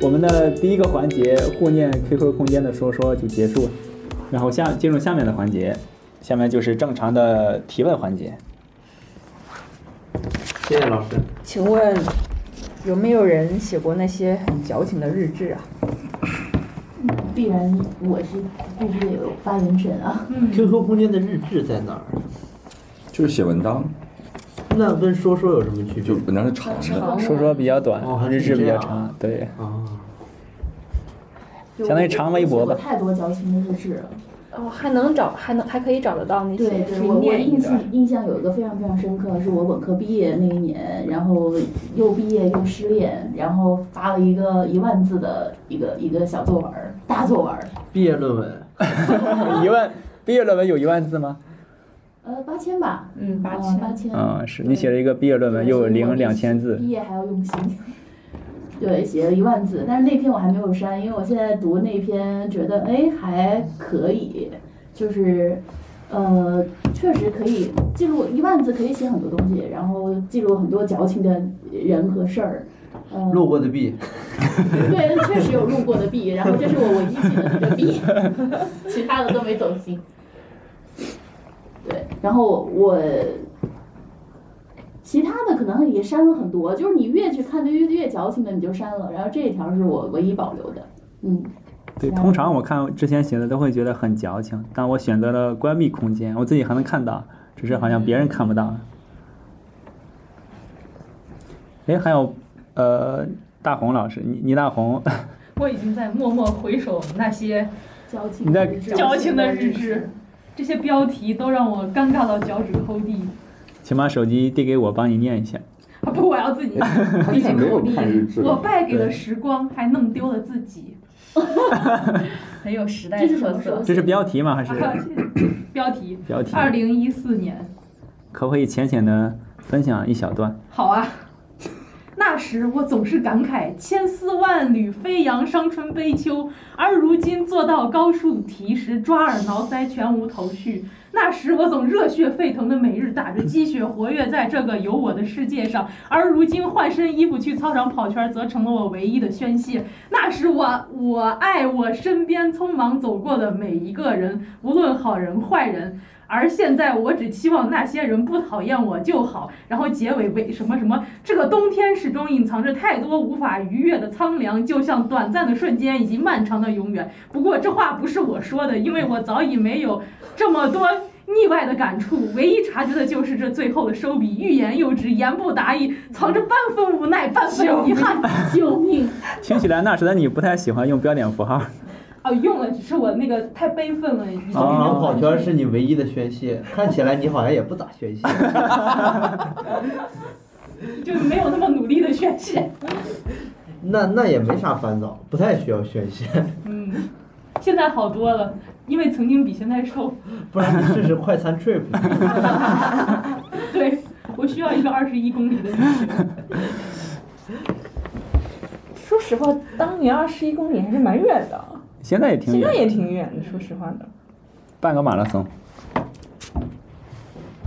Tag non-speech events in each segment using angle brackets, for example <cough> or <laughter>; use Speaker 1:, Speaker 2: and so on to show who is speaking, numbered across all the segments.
Speaker 1: 我们的第一个环节互念 QQ 空间的说说就结束，然后下进入下面的环节，下面就是正常的提问环节。
Speaker 2: 谢谢老师。
Speaker 3: 请问有没有人写过那些很矫情的日志啊？
Speaker 4: 必然我是必须得有发言权啊。
Speaker 2: QQ 空间的日志在哪儿？
Speaker 5: 就是写文章，
Speaker 2: 那跟说说有什么区
Speaker 5: 就
Speaker 2: 别？
Speaker 5: 文章是长的，
Speaker 1: 说说比较短
Speaker 2: 哦，还
Speaker 1: 日
Speaker 2: 是
Speaker 1: 志比
Speaker 2: 这
Speaker 1: 较
Speaker 2: 样
Speaker 1: 长，对，
Speaker 2: 啊，
Speaker 4: 就
Speaker 1: <laughs> 相当于长微博吧
Speaker 4: 我写过太多矫情的日志了。
Speaker 6: 哦，还能找，还能还可以找得到那些，
Speaker 4: 对，
Speaker 6: 可
Speaker 4: 对
Speaker 6: 以
Speaker 4: 我我
Speaker 6: 念一
Speaker 4: 印
Speaker 6: 段。
Speaker 4: 象印象有一个非常非常深刻，是我本科毕业那一年，然后又毕业又失恋，然后发了一个一万字的一个一个小作文儿，大作文儿，
Speaker 2: 毕业论文。
Speaker 1: 一万毕业论文有一万字吗？
Speaker 4: 呃，八千吧，
Speaker 3: 嗯，八
Speaker 4: 呃
Speaker 7: 哦
Speaker 3: 千。
Speaker 4: 八千，
Speaker 1: 嗯，是你写了一个毕业论文，
Speaker 4: 对
Speaker 1: 又
Speaker 4: 所以我
Speaker 1: 零两千字，
Speaker 4: 毕业还要用心。对，写了一万字，但是那篇我还没有删，因为我现在读那篇觉得哎还可以，就是，呃，确实可以记录一万字，可以写很多东西，然后记录很多矫情的人和事儿，呃，
Speaker 2: 路过的 B，
Speaker 4: 对，确实有路过的 B，然后这是我唯一记得的一个 B，其 <laughs> 他的都没走心。对，然后我其他的可能也删了很多，就是你越去看就越越矫情的你就删了，然后这一条是我唯一保留的。嗯，
Speaker 1: 对，
Speaker 4: 然
Speaker 1: 通
Speaker 4: 后
Speaker 1: 常我看之前写的都会觉得很矫情，但我选择了关闭空间，我自己还能看到，只是好像别人看不到。哎，还有，呃，大红老师，倪倪大红，
Speaker 7: 我已经在默默回首那些
Speaker 4: 矫情
Speaker 1: 你在
Speaker 4: 日志
Speaker 7: 矫情的日志，这些标题都让我尴尬到脚趾抠地。
Speaker 1: 请把手机递给我，帮你念一下。
Speaker 7: 啊不，我要自己
Speaker 5: 他
Speaker 7: 自己
Speaker 5: 哎是没有
Speaker 7: 努力
Speaker 5: 看日志。
Speaker 7: 我
Speaker 5: 的。
Speaker 7: 败给了时光，还弄丢了自
Speaker 5: <laughs>
Speaker 7: 己。很有时代
Speaker 4: 这是什
Speaker 7: 特
Speaker 4: 么时
Speaker 7: 色
Speaker 4: 候。
Speaker 1: 这是标题吗？还是
Speaker 7: 啊标题：
Speaker 1: 标题？
Speaker 7: 二零一四年。
Speaker 1: 可不可以浅浅的分享一小段？
Speaker 7: 好啊。 <laughs> 那时我总是感慨千丝万缕飞扬伤春悲秋，而如今坐到高处题时抓耳挠腮，全无头绪。那时我总热血沸腾的每日打着鸡血活跃在这个有我的世界上，而如今换身衣服去操场跑圈儿则成了我唯一的宣泄。那时我我爱我身边匆忙走过的每一个人，无论好人坏人，而现在我只期望那些人不讨厌我就好。然后结尾为什么什么？这个冬天始终隐藏着太多无法逾越的苍凉，就像短暂的瞬间以及漫长的永远。不过这话不是我说的，因为我早已没有这么多。腻歪的感触，唯一察觉的就是这最后的收笔，欲言又止，言不达意，藏着半分无奈，半分遗憾。
Speaker 4: 救命！
Speaker 1: 听起来那时的你不太喜欢用标点符号， <laughs>
Speaker 7: 哦，用了，只是我那个太悲愤了，已
Speaker 3: 啊
Speaker 7: 经。
Speaker 2: 操场跑圈是你唯一的宣泄，看起来你好像也不咋宣
Speaker 3: <laughs>
Speaker 2: 泄。
Speaker 7: 就没有那么努力的宣泄。
Speaker 2: 那那也没啥烦恼，不太需要宣泄，
Speaker 7: 嗯，现在好多了，因为曾经比现在瘦。 <laughs>
Speaker 2: 不然你试试快餐
Speaker 3: <laughs>
Speaker 2: trip。
Speaker 7: 对，我需要一个二十一公里的旅行。
Speaker 3: 说实话，当年二十一公里还是蛮远的，
Speaker 1: 现在也挺
Speaker 3: 现在
Speaker 1: 远，
Speaker 3: 也挺远的。说实话的，
Speaker 1: 半个马拉松。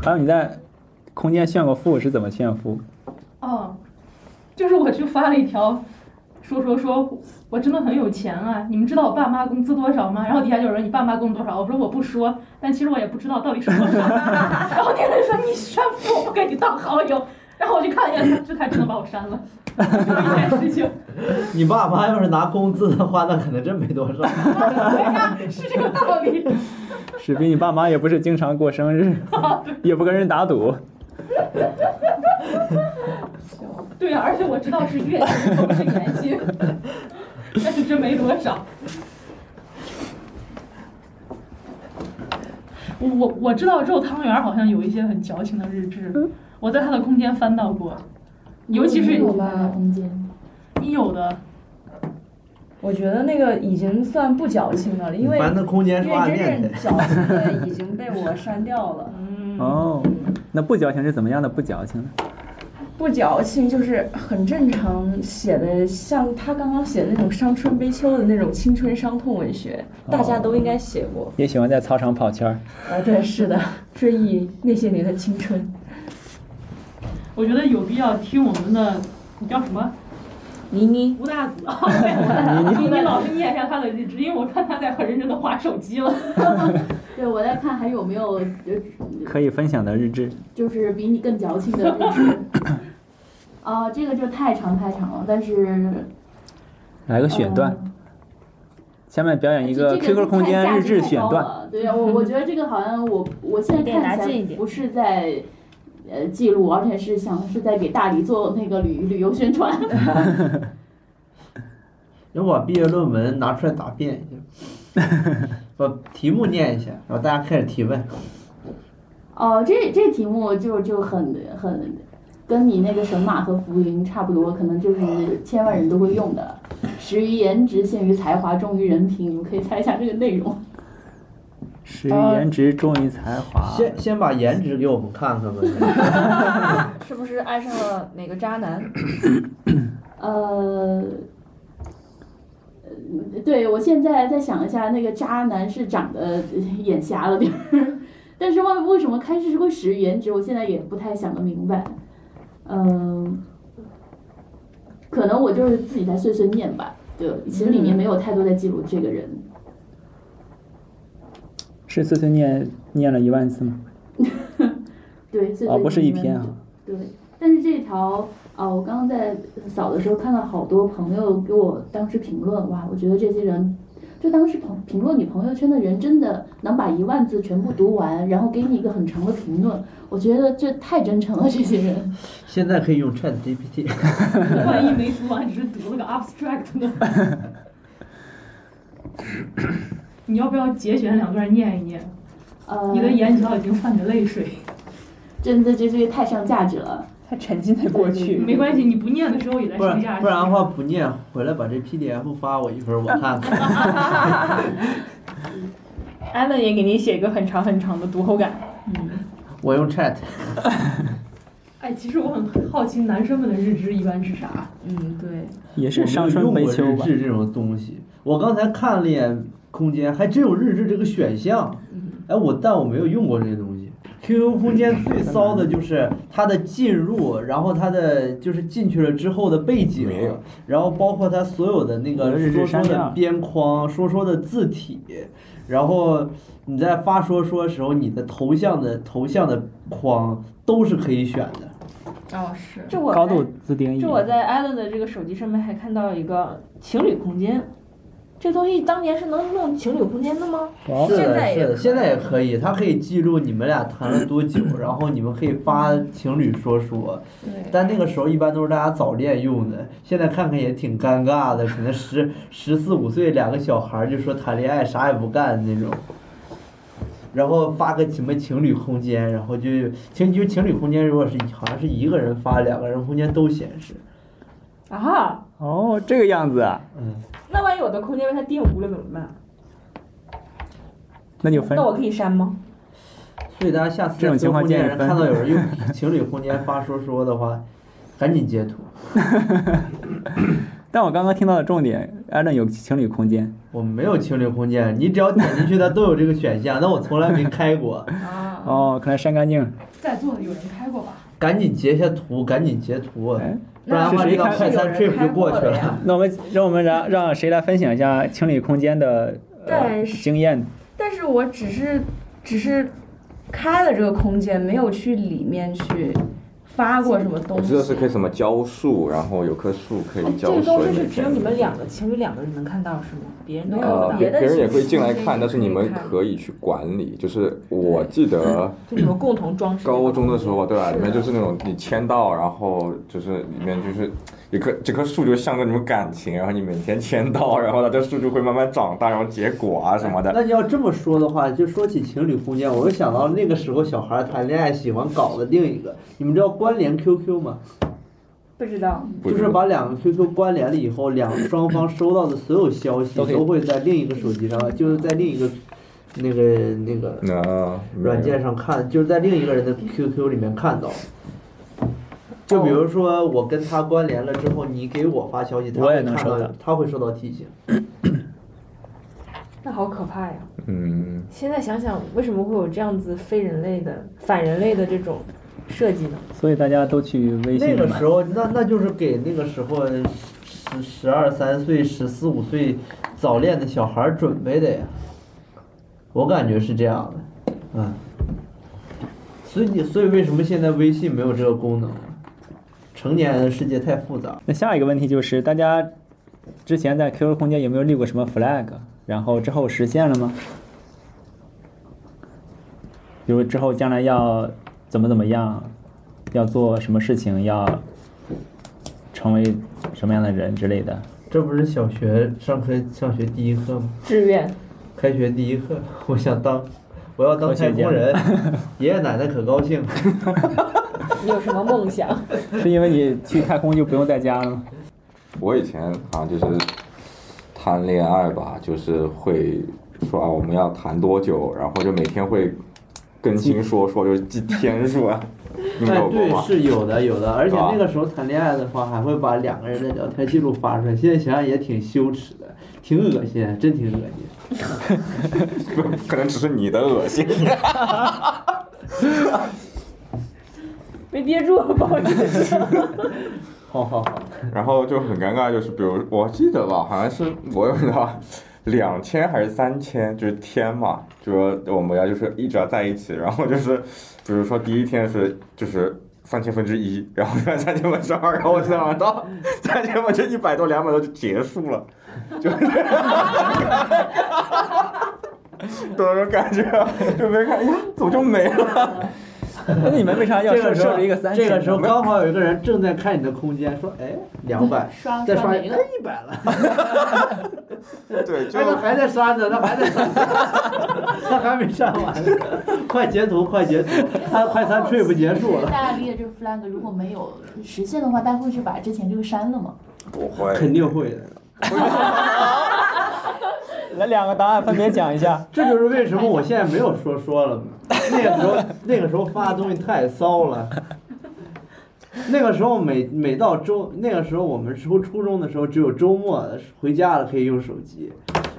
Speaker 1: 还有你在空间炫过富是怎么炫富？
Speaker 7: 哦，就是我去发了一条，说说说，我真的很有钱啊！你们知道我爸妈工资多少吗？然后底下就有人你爸妈工多少？我说我不说，但其实我也不知道到底是
Speaker 3: <laughs>
Speaker 7: 多少。然后那人说你炫富，我不跟你当好友。然后我去看了一下，就他真的把我删了， <laughs> 就这件事情。
Speaker 2: 你爸妈要是拿工资的话，那可能真没多少。
Speaker 7: 对呀，是这个道理。
Speaker 1: 史斌，你爸妈也不是经常过生 <laughs> 日，也不跟人打赌。
Speaker 7: 对啊呀，而且我知道是月薪，不是年薪，但是真没多少。我我我知道肉汤圆儿好像有一些很矫情的日志，我在他的空间翻到过，尤其是
Speaker 4: 嗯有吧空间，
Speaker 7: 你有的
Speaker 3: 我觉得那个已经算不矫情的了，因为
Speaker 2: 烦的空间
Speaker 3: 因
Speaker 2: 是暗
Speaker 3: 为
Speaker 2: 恋
Speaker 3: 真
Speaker 2: 的
Speaker 3: 正。矫情的已经被我删掉了。
Speaker 7: 嗯
Speaker 1: 哦，那不矫情是怎么样的不矫情呢？
Speaker 3: 不矫情就是很正常写的，像他刚刚写的那种伤春悲秋的那种青春伤痛文学，大家都应该写过。
Speaker 1: 也喜欢在操场跑圈儿。
Speaker 3: 啊，对，是的，追忆那些年的青春。
Speaker 7: 我觉得有必要听我们的，你叫什么？
Speaker 1: 倪妮，
Speaker 7: 吴大 <laughs> 子，哦对你你老师念一下他的日志，因为我看他在很认真的划手机了。
Speaker 4: 对，我在看还有没有呃
Speaker 1: 可以分享的日志。
Speaker 4: 就是比你更矫情的
Speaker 1: <laughs>
Speaker 4: 日志。啊、这个就太长太长了，但是
Speaker 1: 来个选段，
Speaker 4: 呃
Speaker 1: 下面表演一哦个
Speaker 4: 这这
Speaker 1: QQ 空间日志选
Speaker 4: 太高
Speaker 1: 段。
Speaker 4: 了。对啊呀，我我觉得这个好像我我现在
Speaker 8: 你得拿
Speaker 4: 看
Speaker 8: 近
Speaker 4: 起来
Speaker 8: 一嗯点
Speaker 4: 不是在呃记录，而且是想是在给大理做那个旅旅游宣传。 <laughs>
Speaker 2: 要把毕业论文拿出来答辩一下，
Speaker 3: <laughs>
Speaker 2: 把题目念一下，然后大家开始提问。
Speaker 4: 哦，这这题目就就很很跟你那个神马和浮云差不多，可能就是千万人都会用的。始于颜值，陷于才华，忠于人品。你们可以猜一下这个内容。
Speaker 1: 始于颜值，忠于才
Speaker 3: 啊
Speaker 1: 华。
Speaker 2: 先先把颜值给我们看看吧。
Speaker 8: 是不是爱上了哪个渣男？
Speaker 4: 呃，呃对我现在在想一下，那个渣男是长得眼瞎了点儿，但是为为什么开始会始于颜值，我现在也不太想得明白。嗯、可能我就是自己在碎碎念吧。对，其实里
Speaker 1: 嗯
Speaker 4: 面没有太多在记录这个人。
Speaker 1: 是碎碎念念了一万次吗？
Speaker 4: 对，碎碎
Speaker 1: 啊，不是一
Speaker 4: 念里面
Speaker 1: 篇啊，
Speaker 4: 对，但是这条啊，我刚刚在扫的时候看到好多朋友给我当时评论，哇，我觉得这些人，就当时朋评论你朋友圈的人，真的能把一万字全部读完，然后给你一个很长的评论，我觉得这太真诚了，这些人。
Speaker 2: 现在可以用 Chat GPT。
Speaker 7: <laughs> 万一没读完，只是读了个 abstract 呢？
Speaker 8: <laughs>
Speaker 7: 你要不要节选两段念一念？
Speaker 4: 呃，
Speaker 8: 嗯
Speaker 7: 你的眼角已经泛着泪水。
Speaker 4: 真的这这太上价值了。
Speaker 8: 他沉浸在过去。
Speaker 7: 没关系，你不念的时候也在
Speaker 2: 不
Speaker 7: 上
Speaker 2: 然
Speaker 7: 架。
Speaker 2: 不然的话不念，回来把这 PDF 发我一份儿，我看看。 <laughs>
Speaker 8: 艾伦也给你写一个很长很长的读后感。
Speaker 2: 我用 Chat，
Speaker 7: 哎，其实我很好奇，男生们的日志一般是啥？
Speaker 3: 嗯，对，
Speaker 1: 也是上春悲秋吧
Speaker 2: 我没有用过日？志这种东西，我刚才看了一眼空间，还真有日志这个选项。哎，我但我没有用过这些东西。QQ 空间最骚的就是它的进入，然后它的就是进去了之后的背景
Speaker 5: 没有，
Speaker 2: 然后包括它所有的那
Speaker 1: 我
Speaker 2: 个
Speaker 1: 的日志
Speaker 2: 说
Speaker 1: 删
Speaker 2: 说
Speaker 1: 掉
Speaker 2: 的
Speaker 1: 了
Speaker 2: 边框、说说的字体，然后你在发说说的时候，你的头像的头像的框都是可以选的。
Speaker 3: 哦是，
Speaker 8: 这我
Speaker 1: 高度自定义
Speaker 8: 这。我在艾伦的这个手机上面还看到一个情侣空间，这东西当年是能弄情侣空间的吗？
Speaker 1: 哦
Speaker 2: 是
Speaker 3: 现在
Speaker 2: 的，
Speaker 3: 也
Speaker 2: 是
Speaker 3: 可
Speaker 2: 的，
Speaker 3: 以
Speaker 2: 现在也可以，它可以记录你们俩谈了
Speaker 1: <laughs>
Speaker 2: 多久，然后你们可以发情侣说说。
Speaker 3: 对，
Speaker 2: 但那个时候一般都是大家早恋用的，现在看看也挺尴尬的，可能十
Speaker 3: <laughs>
Speaker 2: 十四五岁两个小孩儿就说谈恋爱啥也不干那种。然后发个什么情侣空间，然后就情就情侣空间，如果是好像是一个人发，两个人空间都显示。
Speaker 8: 啊，
Speaker 1: 哦，这个样子啊，
Speaker 2: 嗯，
Speaker 8: 那万一我的空间被他玷污了怎么办？
Speaker 1: 那就分
Speaker 8: 那。我可以删吗？
Speaker 2: 所以大家下次
Speaker 1: 这种
Speaker 2: 在
Speaker 1: 情况
Speaker 2: 空间
Speaker 1: 建议
Speaker 2: 上
Speaker 1: 分
Speaker 2: 看到有人用情侣空间发说说的话，赶紧截图。
Speaker 1: 但我刚刚听到的重点，艾伦有情侣空间，
Speaker 2: 我没有情侣空间，你只要点进去，它都有这个
Speaker 1: <laughs>
Speaker 2: 选项，但我从来没开过。
Speaker 3: <laughs> 啊，
Speaker 1: 哦，可能删干净。
Speaker 7: 在座的有人开过吧？
Speaker 2: 赶紧截下图，赶紧截图，
Speaker 1: 哎，
Speaker 2: 不然的
Speaker 1: 那
Speaker 2: 话
Speaker 1: 是谁
Speaker 2: 这道
Speaker 1: 开
Speaker 2: 快餐 trip 就过去
Speaker 3: 有人开过的
Speaker 2: 了。
Speaker 1: 那我们让我们让让谁来分享一下情侣空间的呃
Speaker 3: 但是
Speaker 1: 经验？
Speaker 3: 但是我只是只是开了这个空间，没有去里面去发过什么
Speaker 5: 我
Speaker 3: 东
Speaker 5: 记
Speaker 3: 西
Speaker 5: 得。是可以什么浇树，然后有棵树可以
Speaker 8: 哎，这
Speaker 5: 浇
Speaker 8: 个东
Speaker 5: 水。
Speaker 8: 西是只有你们两个情侣两个人能看到是吗？别人都看不
Speaker 5: 呃
Speaker 8: 到，
Speaker 5: 别
Speaker 3: 别的
Speaker 5: 别人也
Speaker 3: 情侣
Speaker 5: 会进来
Speaker 3: 空间
Speaker 5: 看，
Speaker 3: 也
Speaker 5: 但是
Speaker 3: 可
Speaker 5: 你
Speaker 3: 以
Speaker 5: 们
Speaker 3: 看
Speaker 5: 可以去管理。就是我记得
Speaker 8: 就你们共同装饰。
Speaker 5: 高中的时候，对吧？
Speaker 3: 是
Speaker 5: 里面就是那种你签到，然后就是里面就是一棵这棵树就象征你们感情，然后你每天签到，然后它这树就会慢慢长大，然后结果啊什么的。
Speaker 2: 那你要这么说的话，就说起情侣空间，我又想到那个时候小孩谈恋爱喜欢搞的另一个，你们知道关联 QQ 吗？
Speaker 8: 不知道。
Speaker 5: 不
Speaker 2: 就是把两个 QQ 关联了以后，两双方收到的所有消息
Speaker 1: 都可以
Speaker 2: 都会在另一个手机上，就是在另一个那个那个
Speaker 5: 那嗯
Speaker 2: 软件上看，就是在另一个人的 QQ 里面看到。就比如说我跟他关联了之后，你给我发消息，他
Speaker 1: 我也
Speaker 2: 会
Speaker 1: 能
Speaker 2: 看
Speaker 1: 收
Speaker 2: 到
Speaker 1: 到，
Speaker 2: 他会收到提醒。
Speaker 8: 那好可怕呀！
Speaker 5: 嗯，
Speaker 8: 现在想想，为什么会有这样子非人类的、反人类的这种设计呢？
Speaker 1: 所以大家都去微信
Speaker 2: 那个
Speaker 1: 买
Speaker 2: 时候，那那就是给那个时候十十二三岁、十四五岁早恋的小孩儿准备的呀，我感觉是这样的，嗯。所以你，所以为什么现在微信没有这个功能？啊成年人的世界太复杂。
Speaker 1: 那下一个问题就是，大家之前在 QQ 空间有没有立过什么 flag？然后之后实现了吗？比如之后将来要怎么怎么样，要做什么事情，要成为什么样的人之类的。
Speaker 2: 这不是小学上课上学第一课吗？
Speaker 8: 志愿，
Speaker 2: 开学第一课， <laughs> 我想当，我要当
Speaker 1: 科学
Speaker 2: 太
Speaker 1: 家
Speaker 2: 空 <laughs> 人，爷爷奶奶可高兴。
Speaker 8: 你有什么梦
Speaker 4: <laughs>
Speaker 8: 想？
Speaker 1: 是因为你去太空就不用在家了 <laughs> 吗？
Speaker 5: 我以前好像就是谈恋爱吧，就是会说啊，我们要谈多久，然后就每天会更新说说，就是记天数啊。 <laughs> 你们
Speaker 2: 哎
Speaker 5: 有，过
Speaker 2: 对，
Speaker 5: 吗？
Speaker 2: 是有的，有的，而且
Speaker 5: 是吧
Speaker 2: 那个时候谈恋爱的话，还会把两个人的聊天记录发出来。现在想想也挺羞耻的，挺恶心，真挺恶心。
Speaker 5: <laughs> 可能只是你的恶心。
Speaker 8: 没憋住，不好意 <laughs> 思。
Speaker 2: 好好好，
Speaker 5: 然后就很尴尬，就是比如我记得吧，好像是我有到 <laughs> 两千还是三千，就是天嘛，就说我们要就是一直要在一起，然后就是比如说第一天是就是三千分之一，然后再三千分之二，然后再往到三千分之一百多两百多就结束了，就是。 <laughs> 懂那种感觉，就没看，哎呀，怎么就没了？
Speaker 1: 那你们为啥要
Speaker 2: 这
Speaker 1: 设
Speaker 2: 个时
Speaker 1: 设
Speaker 2: 候
Speaker 1: 置一个三？
Speaker 2: 这个时候刚好有一个人正在看你的空间，说：“哎，两百，
Speaker 8: 刷
Speaker 2: 再刷
Speaker 8: 刷
Speaker 2: 一个，
Speaker 8: 哪个
Speaker 2: 哎， <laughs> 一百了。
Speaker 5: 对，”
Speaker 2: <laughs>
Speaker 5: 就
Speaker 2: 哎，他还在删呢，他还在删， <laughs> 他还没删完呢，快截图，快截图，他快三 trip 结束了。
Speaker 4: 大家立的这个 flag 如果没有实现的话，大家会去把之前这个删了吗？
Speaker 5: 不会
Speaker 2: <laughs> 肯定会的。。
Speaker 1: 来两个答案分别讲一下
Speaker 2: 这就是为什么我现在没有说说了嘛。那个时候，那个时候发的东西太骚了。那个时候每每到周，那个时候我们初初中的时候，只有周末回家了可以用手机，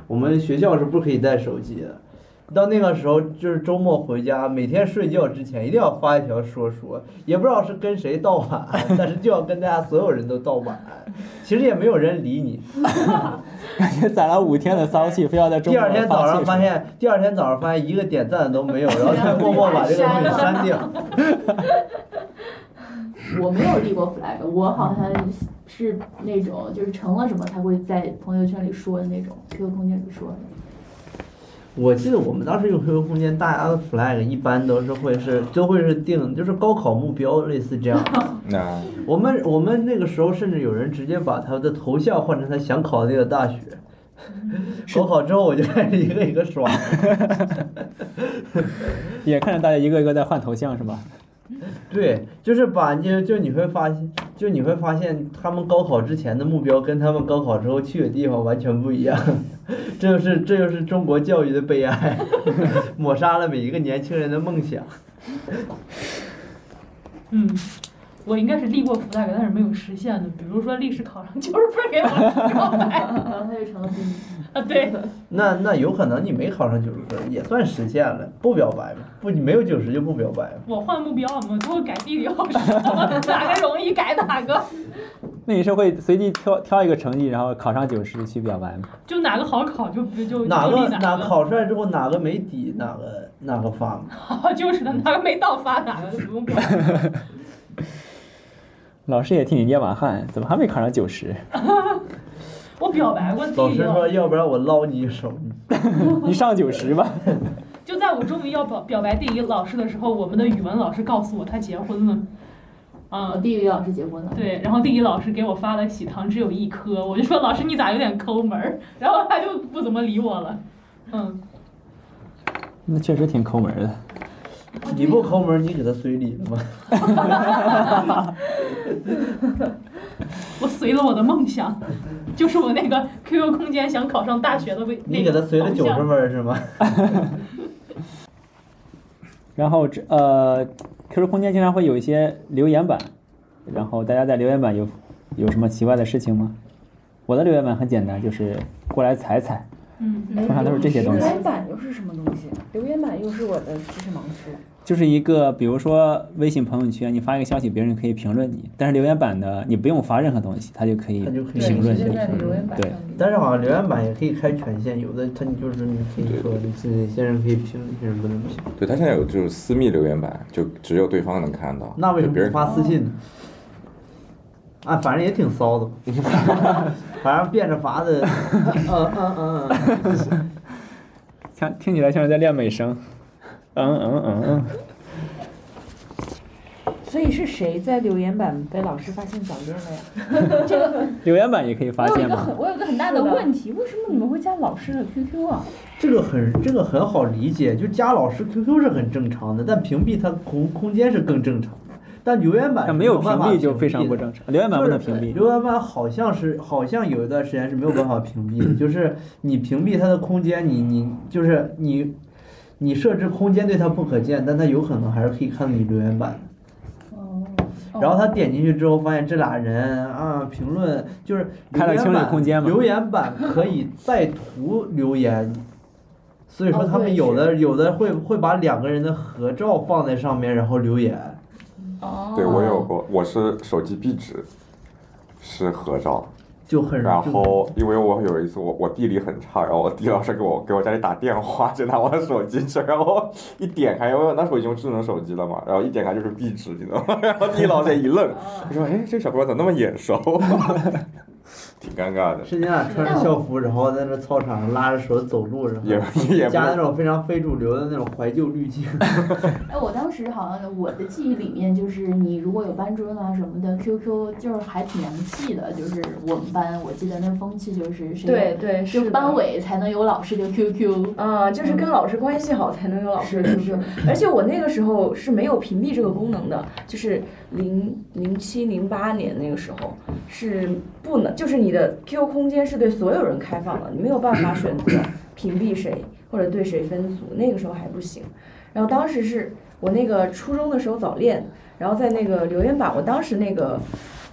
Speaker 2: 我们学校是不可以带手机的。到那个时候，就是周末回家，每天睡觉之前一定要发一条说说，也不知道是跟谁道晚安，但是就要跟大家所有人都道晚安。其实也没有人理你，
Speaker 1: <laughs> 感觉攒了五天的骚气，非要在周
Speaker 2: 第
Speaker 1: 末
Speaker 2: 二天早上发
Speaker 1: 泄出来
Speaker 2: 现，第二天早上发现一个点赞都没有，然后他默默把这个东西删掉。
Speaker 4: 我没有立过 flag，我好像是那种就是成了什么才会在朋友圈里说的那种，QQ 空间里说的。
Speaker 2: <laughs> 我记得我们当时用 QQ 空间，大家的 flag 一般都是会是都会是定，就是高考目标类似这 <laughs> 样。
Speaker 5: 那
Speaker 2: 我们我们那个时候甚至有人直接把他的头像换成他想考的那个大学。高考之后我就开始一个一个刷，
Speaker 1: 去，也看着大家一个一个在换头像是吧？
Speaker 2: 对，就是把就就你会发现，就你会发现他们高考之前的目标跟他们高考之后去的地方完全不一样， <laughs> 这就是这就是中国教育的悲哀， <laughs> 抹杀了每一个年轻人的梦想。
Speaker 7: 嗯，我应该是立过 flag，但是没有实现的。比如说历史考上就是不给我告白
Speaker 8: <laughs>
Speaker 4: 然后他就成了第一。
Speaker 7: 啊，对，
Speaker 2: 那那有可能你没考上九十分，也算实现了，不表白嘛？不，你没有九十就不表白嘛？
Speaker 7: 我换目标，我给我改地理老师，哪个容易改哪个，
Speaker 1: 那你是会随机挑挑一个成绩，然后考上九十去表白吗？
Speaker 7: 就哪个好考就就就
Speaker 2: 哪
Speaker 7: 立
Speaker 2: 个
Speaker 7: 哪
Speaker 2: 哪考出来之后哪个没底，哪个哪个发嘛？
Speaker 7: 个， <laughs> 就是的，哪个没到发哪个就不用表白。
Speaker 1: 老师也替你捏把汗，怎么还没考上九十？
Speaker 7: 我表白过地
Speaker 2: 老
Speaker 7: 理
Speaker 2: 师说，要不然我捞你一手，
Speaker 1: 你上九十吧。
Speaker 7: 就在我终于要表表白地理老师的时候，我们的语文老师告诉我他结婚了，啊、
Speaker 4: 我哦地理老师结婚了。
Speaker 7: 对，然后地理老师给我发了喜糖只有一颗，我就说老师你咋有点抠门儿， <laughs> 然后他就不怎么理我了，嗯，
Speaker 1: 那确实挺抠门的。
Speaker 7: 哦
Speaker 2: 你不抠门，你给他随礼了吗？
Speaker 7: 我随了我的梦想，就是我那个 QQ 空间想考上大学的位，
Speaker 2: 你给他随了九十
Speaker 7: 分，
Speaker 2: 分是吗？
Speaker 1: 然后这呃，QQ 空间经常会有一些留言板，然后大家在留言板有有什么奇怪的事情吗？我的留言板很简单，就是过来踩踩，
Speaker 7: 嗯
Speaker 1: 通常都是这些东西
Speaker 9: 留。言板又是什么东西？留言板又是我的知识盲区。
Speaker 1: 就是一个，比如说微信朋友圈，你发一个消息，别人可以评论你，但是留言板呢，你不用发任何东西，他就可以
Speaker 2: 他就可以
Speaker 1: 评论
Speaker 9: 对，就
Speaker 1: 你。
Speaker 9: 在留言板上面。
Speaker 2: 但是好像留言板也可以开权限，有的它你就是你可以说你哪些人可以评，哪些人不能评。
Speaker 5: 对他现在有这种私密留言板，就只有对方能看到，
Speaker 2: 那为什
Speaker 5: 就
Speaker 2: 么
Speaker 5: 别
Speaker 2: 不
Speaker 5: 人
Speaker 2: 发私信呢？啊，反正也挺骚的，反正变着法子，嗯嗯嗯嗯，
Speaker 1: 像听起来像是在练美声。嗯嗯嗯嗯，
Speaker 9: 所以是谁在留言板被老师发现早恋了呀？
Speaker 1: 留言板也可以发
Speaker 8: 我有一
Speaker 1: 现
Speaker 8: 个
Speaker 1: 吗？
Speaker 8: 很，我有一个很大的问题，为什么你们会加老师的 QQ 啊？
Speaker 2: 这个很这个很好理解，就加老师 QQ 是很正常的，但屏蔽它空空间是更正常的，但留言板
Speaker 1: 那没有屏
Speaker 2: 办法
Speaker 1: 蔽就
Speaker 2: 屏
Speaker 1: 非常
Speaker 2: 的
Speaker 1: 不正常，留言板不能屏蔽。
Speaker 2: 浏览板好像是好像有一段时间是没有办法屏蔽
Speaker 1: <laughs>
Speaker 2: 的，就是你屏蔽它的空间，你你就是你，你设置空间对它不可见，但它有可能还是可以看到你留言板的。
Speaker 9: 哦，
Speaker 2: 然后他点进去之后，发现这俩人啊评论就是
Speaker 1: 开了
Speaker 2: 留言
Speaker 1: 清理
Speaker 2: 板
Speaker 1: 空间嘛
Speaker 2: 留言板可以带图留言。所以说
Speaker 9: 哦
Speaker 2: 他们
Speaker 9: 对
Speaker 2: 有
Speaker 9: 是
Speaker 2: 的、有的会会把两个人的合照放在上面，然后留言。
Speaker 3: 哦
Speaker 5: 对我有过，我是手机壁纸是合照，
Speaker 2: 就很
Speaker 5: 然
Speaker 2: 就
Speaker 5: 后因为我有一次我我地理很差，然后我地理老师给我给我家里打电话，就拿我的手机去，然后一点开，因为我那时候已经用智能手机了嘛，然后一点开就是壁纸，你知道吗？ <laughs> 然后地理老师也一愣，他说：“哎，这个小朋友咋那么眼熟？” <laughs> 挺尴尬
Speaker 2: <laughs>
Speaker 5: 的，
Speaker 2: 是你俩穿着校服，然后在那操场上拉着手走路，然后 <laughs>
Speaker 5: 也也不
Speaker 2: 加那
Speaker 5: 是
Speaker 2: 种非常非主流的那种怀旧滤镜。 <laughs>
Speaker 4: 哎，我当时好像我的记忆里面就是，你如果有班主任啊什么的，QQ 就是还挺洋气的，就是我们班，我记得那风气就是谁
Speaker 3: 对对，
Speaker 4: 就是班
Speaker 3: 的。
Speaker 4: 委才能有老师的 QQ。
Speaker 3: 啊、就是跟老师关系好才能有老师的
Speaker 4: 是
Speaker 3: QQ，而且我那个时候是没有屏蔽这个功能的，就是零零七零八年那个时候是不能，就是你的 QQ 空间是对所有人开放的，你没有办法选择屏蔽谁或者对谁分组，那个时候还不行。然后当时是我那个初中的时候早恋，然后在那个留言板，我当时那个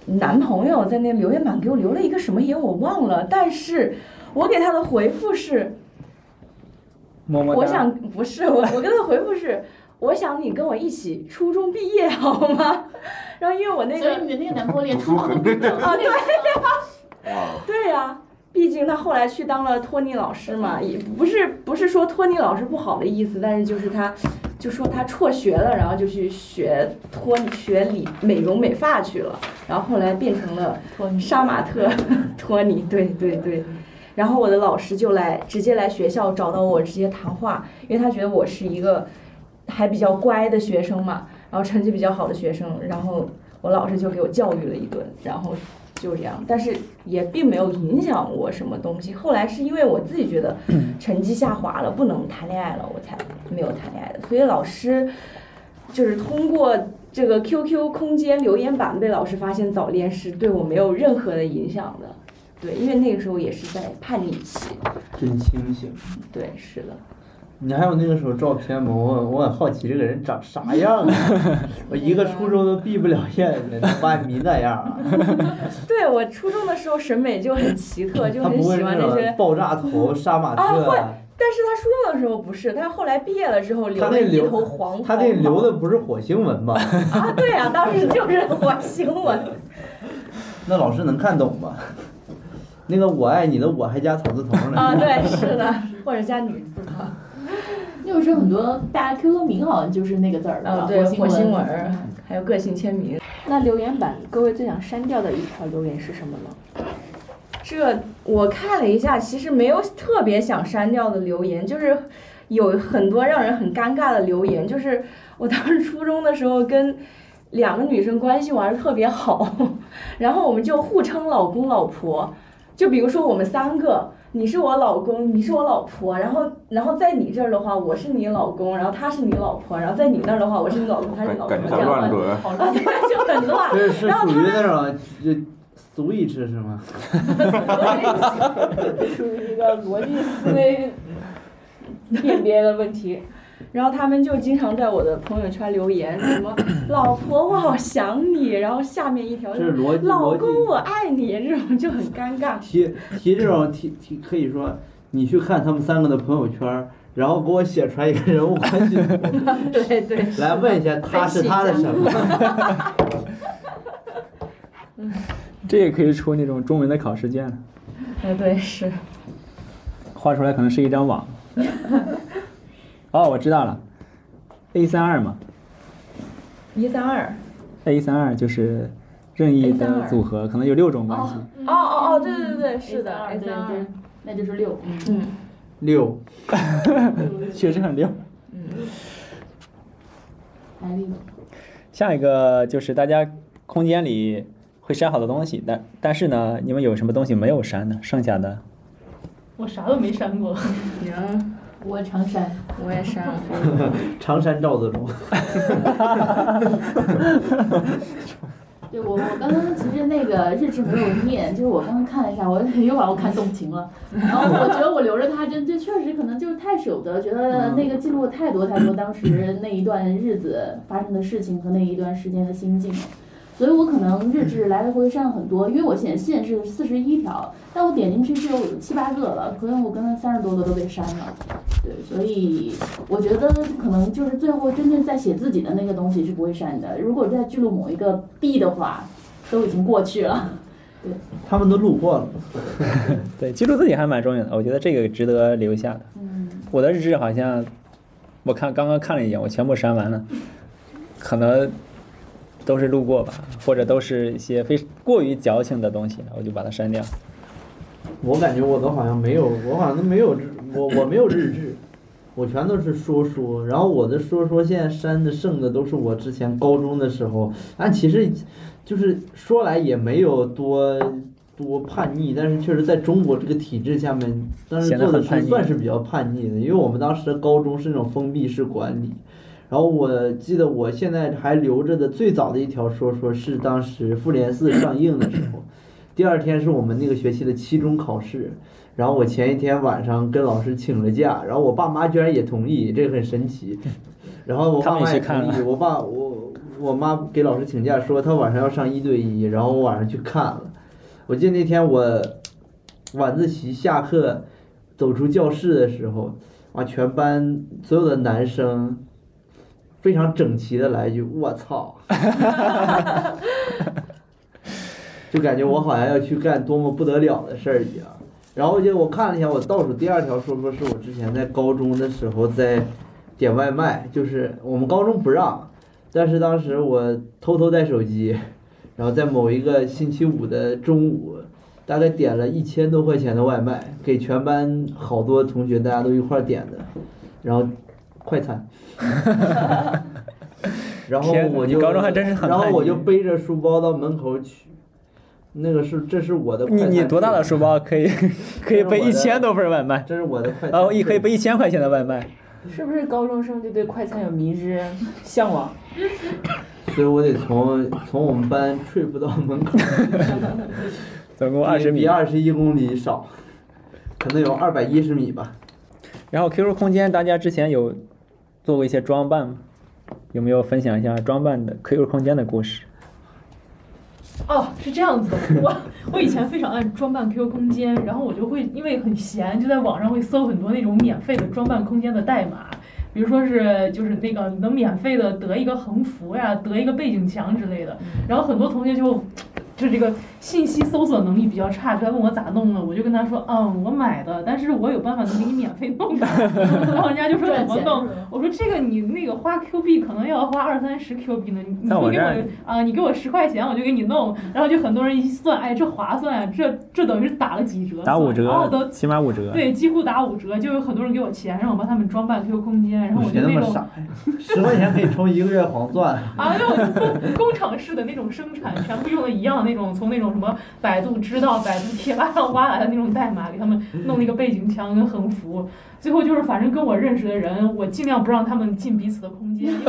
Speaker 3: 男朋友在那留言板给我留了一个什么言我忘了，但是我给他的回复是。
Speaker 1: 么么哒。
Speaker 3: 我想不是我，我跟他回复是，我想你跟我一起初中毕业 <laughs> 好吗？然后因为我那
Speaker 4: 所以
Speaker 3: 个
Speaker 4: 你的那个男朋友连初中都没
Speaker 9: <laughs>
Speaker 4: 有
Speaker 3: 啊，对
Speaker 5: 啊，
Speaker 3: 对呀、毕竟他后来去当了托尼老师嘛，也
Speaker 4: 嗯
Speaker 3: 不是不是说托尼老师不好的意思，但是就是他。就说他辍学了，然后就去学托学理美容美发去了，然后后来变成了
Speaker 4: 托你
Speaker 3: 杀马特托尼，对对对。然后我的老师就来直接来学校找到我，直接谈话，因为他觉得我是一个还比较乖的学生嘛，然后成绩比较好的学生，然后我老师就给我教育了一顿，然后就这样，但是也并没有影响我什么东西。后来是因为我自己觉得成绩下滑了，不能谈恋爱了，我才没有谈恋爱的。所以老师就是通过这个 QQ 空间留言板被老师发现早恋是对我没有任何的影响的。对，因为那个时候也是在叛逆期。
Speaker 2: 真清醒。
Speaker 3: 对，是的，
Speaker 2: 你还有那个时候照片吗？我很我很好奇这个人长啥样啊！
Speaker 3: <laughs>
Speaker 2: 我一个初中都毕不了业的人，能把你迷那样啊？
Speaker 3: 对我初中的时候审美就很奇特， <laughs>
Speaker 2: <laughs>
Speaker 3: 就
Speaker 2: 他
Speaker 3: 很
Speaker 2: 不会
Speaker 3: 喜
Speaker 2: 是
Speaker 3: 欢
Speaker 2: 那
Speaker 3: 这些
Speaker 2: 种。爆炸头、杀马
Speaker 3: 啊
Speaker 2: 特
Speaker 3: 会
Speaker 2: 啊？
Speaker 3: 但是他初中的时候不是，他后来毕业了之后留
Speaker 2: 他
Speaker 3: 了
Speaker 2: 那
Speaker 3: 一
Speaker 2: 留
Speaker 3: 头黄
Speaker 2: 他那
Speaker 3: 黄
Speaker 2: 留
Speaker 3: 毛
Speaker 2: 的不是火星文吧？
Speaker 3: 啊， <laughs> 对啊，当时就是火星文。
Speaker 2: <laughs> 那老师能看懂吗？ <laughs> 那个我爱你的我还加草字头呢。
Speaker 3: 啊，
Speaker 2: <laughs>
Speaker 3: 对，是的，或者加女字旁。
Speaker 4: 那个时候很多大家 QQ 名好像就是那个字儿吧，
Speaker 3: 嗯，对，火星文
Speaker 4: 文
Speaker 3: 儿，还有个性签名，
Speaker 8: 那留言板各位最想删掉的一条留言是什么呢？
Speaker 3: 这我看了一下，其实没有特别想删掉的留言，就是有很多让人很尴尬的留言。就是我当时初中的时候跟两个女生关系玩的特别好，然后我们就互称老公老婆。就比如说我们三个，你是我老公，你是我老婆，然后然后在你这儿的话，我是你老公，然后他是你老婆，然后在你那儿的话，我是你老公，他是
Speaker 5: 感
Speaker 3: 你老婆，
Speaker 5: 感觉
Speaker 3: 这
Speaker 5: 在
Speaker 3: 样
Speaker 5: 乱伦。
Speaker 4: 好
Speaker 3: 啊，
Speaker 4: 乱。
Speaker 3: 对，就很乱。
Speaker 2: 这是
Speaker 3: 然后
Speaker 2: 属
Speaker 3: 他
Speaker 2: 于那种就 Switch 是吗？
Speaker 8: 属于一个逻辑思维辨别的问题。
Speaker 3: 然后他们就经常在我的朋友圈留言，什么“老婆，我好想你”，然后下面一条
Speaker 2: 这
Speaker 3: 就是
Speaker 2: 是逻
Speaker 3: “
Speaker 2: 辑
Speaker 3: 老
Speaker 2: 逻
Speaker 3: 公，
Speaker 2: 辑 <laughs>
Speaker 3: 我爱你”，这种就很尴尬。
Speaker 2: 提提这种提提可以说你去看他们三个的朋友圈，然后给我写出来一个人物关 <laughs> 系图，
Speaker 3: 对对， <laughs>
Speaker 2: 来问一下他是他的什 <laughs> 么？
Speaker 1: 这也可以出那种中文的考试卷了，
Speaker 3: 哎对是，
Speaker 1: 画出来可能是一张网。哦，我知道了，A 三二嘛
Speaker 3: 一三二，
Speaker 1: ，A 三二就是任意
Speaker 3: A32
Speaker 1: 的组合，可能有六种关系。
Speaker 3: 哦哦哦，对对对，是的
Speaker 4: A32
Speaker 3: ，A
Speaker 4: 对
Speaker 3: 三二
Speaker 4: 对，，那就是六。
Speaker 3: 嗯，
Speaker 2: 六，
Speaker 1: <laughs> 确实很溜。
Speaker 4: 来例子，
Speaker 1: 下一个就是大家空间里会删好多东西，但但是呢，你们有什么东西没有删的？剩下的
Speaker 7: 我啥都没删过。
Speaker 3: 你呢？
Speaker 4: 我常删，
Speaker 3: 我也删了，
Speaker 2: 常山赵子龙，
Speaker 4: 对我我刚刚其实那个日志没有念，就是我刚刚看了一下，我 <laughs> 又把我看动情了，然后我觉得我留着它真就确实可能就是太舍不得，觉得那个记录了太多太多当时那一段日子发生的事情和那一段时间的心境了。所以我可能日志来来回回删了很多，因为我显现是四十一条，但我点进去就有七八个了，可能我刚刚三十多个都被删了。对，所以我觉得可能就是最后真正在写自己的那个东西是不会删的。如果在记录某一个 B 的话，都已经过去了。
Speaker 2: 他们都路过了。
Speaker 1: 对记录自己还蛮重要的，我觉得这个值得留下的。
Speaker 4: 嗯，
Speaker 1: 我的日志好像我看刚刚看了一眼，我全部删完了，可能都是路过吧，或者都是一些非过于矫情的东西，我就把它删掉。
Speaker 2: 我感觉我都好像没有，我好像都没有日，我我没有日志，我全都是说说。然后我的说说现在删的剩的都是我之前高中的时候，但其实就是说来也没有多多叛逆，但是确实在中国这个体制下面，当时
Speaker 1: 显得
Speaker 2: 做
Speaker 1: 很
Speaker 2: 的
Speaker 1: 叛
Speaker 2: 是
Speaker 1: 逆
Speaker 2: 算是比较叛逆的，因为我们当时的高中是那种封闭式管理。然后我记得我现在还留着的最早的一条说说是当时《复联四》上映的时候，第二天是我们那个学期的期中考试，然后我前一天晚上跟老师请了假，然后我爸妈居然也同意，这个很神奇。
Speaker 1: <laughs>
Speaker 2: 然后我
Speaker 1: 他
Speaker 2: 爸
Speaker 1: 们也
Speaker 2: 妈也
Speaker 1: 去看
Speaker 2: 同意，
Speaker 1: 了
Speaker 2: 我爸我我妈给老师请假说她晚上要上一对一，然后我晚上去看了。我记得那天我晚自习下课走出教室的时候，啊，全班所有的男生非常整齐的来一句“我操”，就感觉我好像要去干多么不得了的事儿一样。然后就我看了一下，我倒数第二条说说是我之前在高中的时候在点外卖，就是我们高中不让，但是当时我偷偷带手机，然后在某一个星期五的中午，大概点了一千多块钱的外卖，给全班好多同学大家都一块儿点的，然后快餐。然后
Speaker 1: 天哪
Speaker 2: 我
Speaker 1: 你
Speaker 2: 就，
Speaker 1: 高中还真是很
Speaker 2: 然后
Speaker 1: 叛
Speaker 2: 我
Speaker 1: 逆
Speaker 2: 就背着书包到门口取，那个是这是我的快
Speaker 1: 你
Speaker 2: 餐
Speaker 1: 你多大的
Speaker 2: 费
Speaker 1: 书包可以可以背一千多份外卖？
Speaker 2: 这是我的快
Speaker 1: <laughs>
Speaker 2: 餐。
Speaker 1: 哦，也可以背一千块钱的外卖。
Speaker 3: 嗯
Speaker 8: 是不是高中生就对快餐有迷之向往？
Speaker 2: 所以我得从从我们班 trip 到
Speaker 1: <laughs>
Speaker 2: 门口，
Speaker 1: 总共二十
Speaker 2: 比
Speaker 1: 米。
Speaker 2: 二十一公里少，可能有二百一十米吧。
Speaker 1: 然后 QQ 空间，大家之前有做过一些装扮吗？有没有分享一下装扮的 QQ 空间的故事？
Speaker 7: 哦，是这样子的，我我以前非常爱装扮 QQ 空间，然后我就会因为很闲，就在网上会搜很多那种免费的装扮空间的代码，比如说是就是那个能免费的得一个横幅呀，得一个背景墙之类的，
Speaker 8: 嗯
Speaker 7: 然后很多同学就。就这个信息搜索能力比较差，就来问我咋弄的，我就跟他说，嗯，我买的，但是我有办法能给你免费弄的。 <laughs> 然后人家就说怎
Speaker 4: 赚
Speaker 7: 么
Speaker 4: 钱
Speaker 7: 弄，我说这个你那个花 Q 币可能要花二三十 Q 币呢，你你
Speaker 1: 在
Speaker 7: 就
Speaker 1: 我
Speaker 7: 给
Speaker 1: 这
Speaker 7: 我
Speaker 1: 儿
Speaker 7: 啊，你给我十块钱我就给你弄，然后就很多人一算，哎，这划算啊，这这等于是打了几折，
Speaker 1: 打五
Speaker 7: 然后
Speaker 1: 折，
Speaker 7: 哦都
Speaker 1: 起码五折。
Speaker 7: 对，几乎打五折，就有很多人给我钱，让我帮他们装扮 QQ 空间，然后我
Speaker 2: 谁
Speaker 7: 就
Speaker 2: 那
Speaker 7: 那
Speaker 2: 么
Speaker 7: 种
Speaker 2: 傻呀？ <laughs> 十块钱可以充一个月黄钻。 <laughs>
Speaker 7: 啊，就工工厂式的那种生产，全部用的一样那种，从那种什么百度知道、百度贴吧上挖来的那种代码，给他们弄了一个背景墙跟横幅。最后就是，反正跟我认识的人，我尽量不让他们进彼此的空间，因为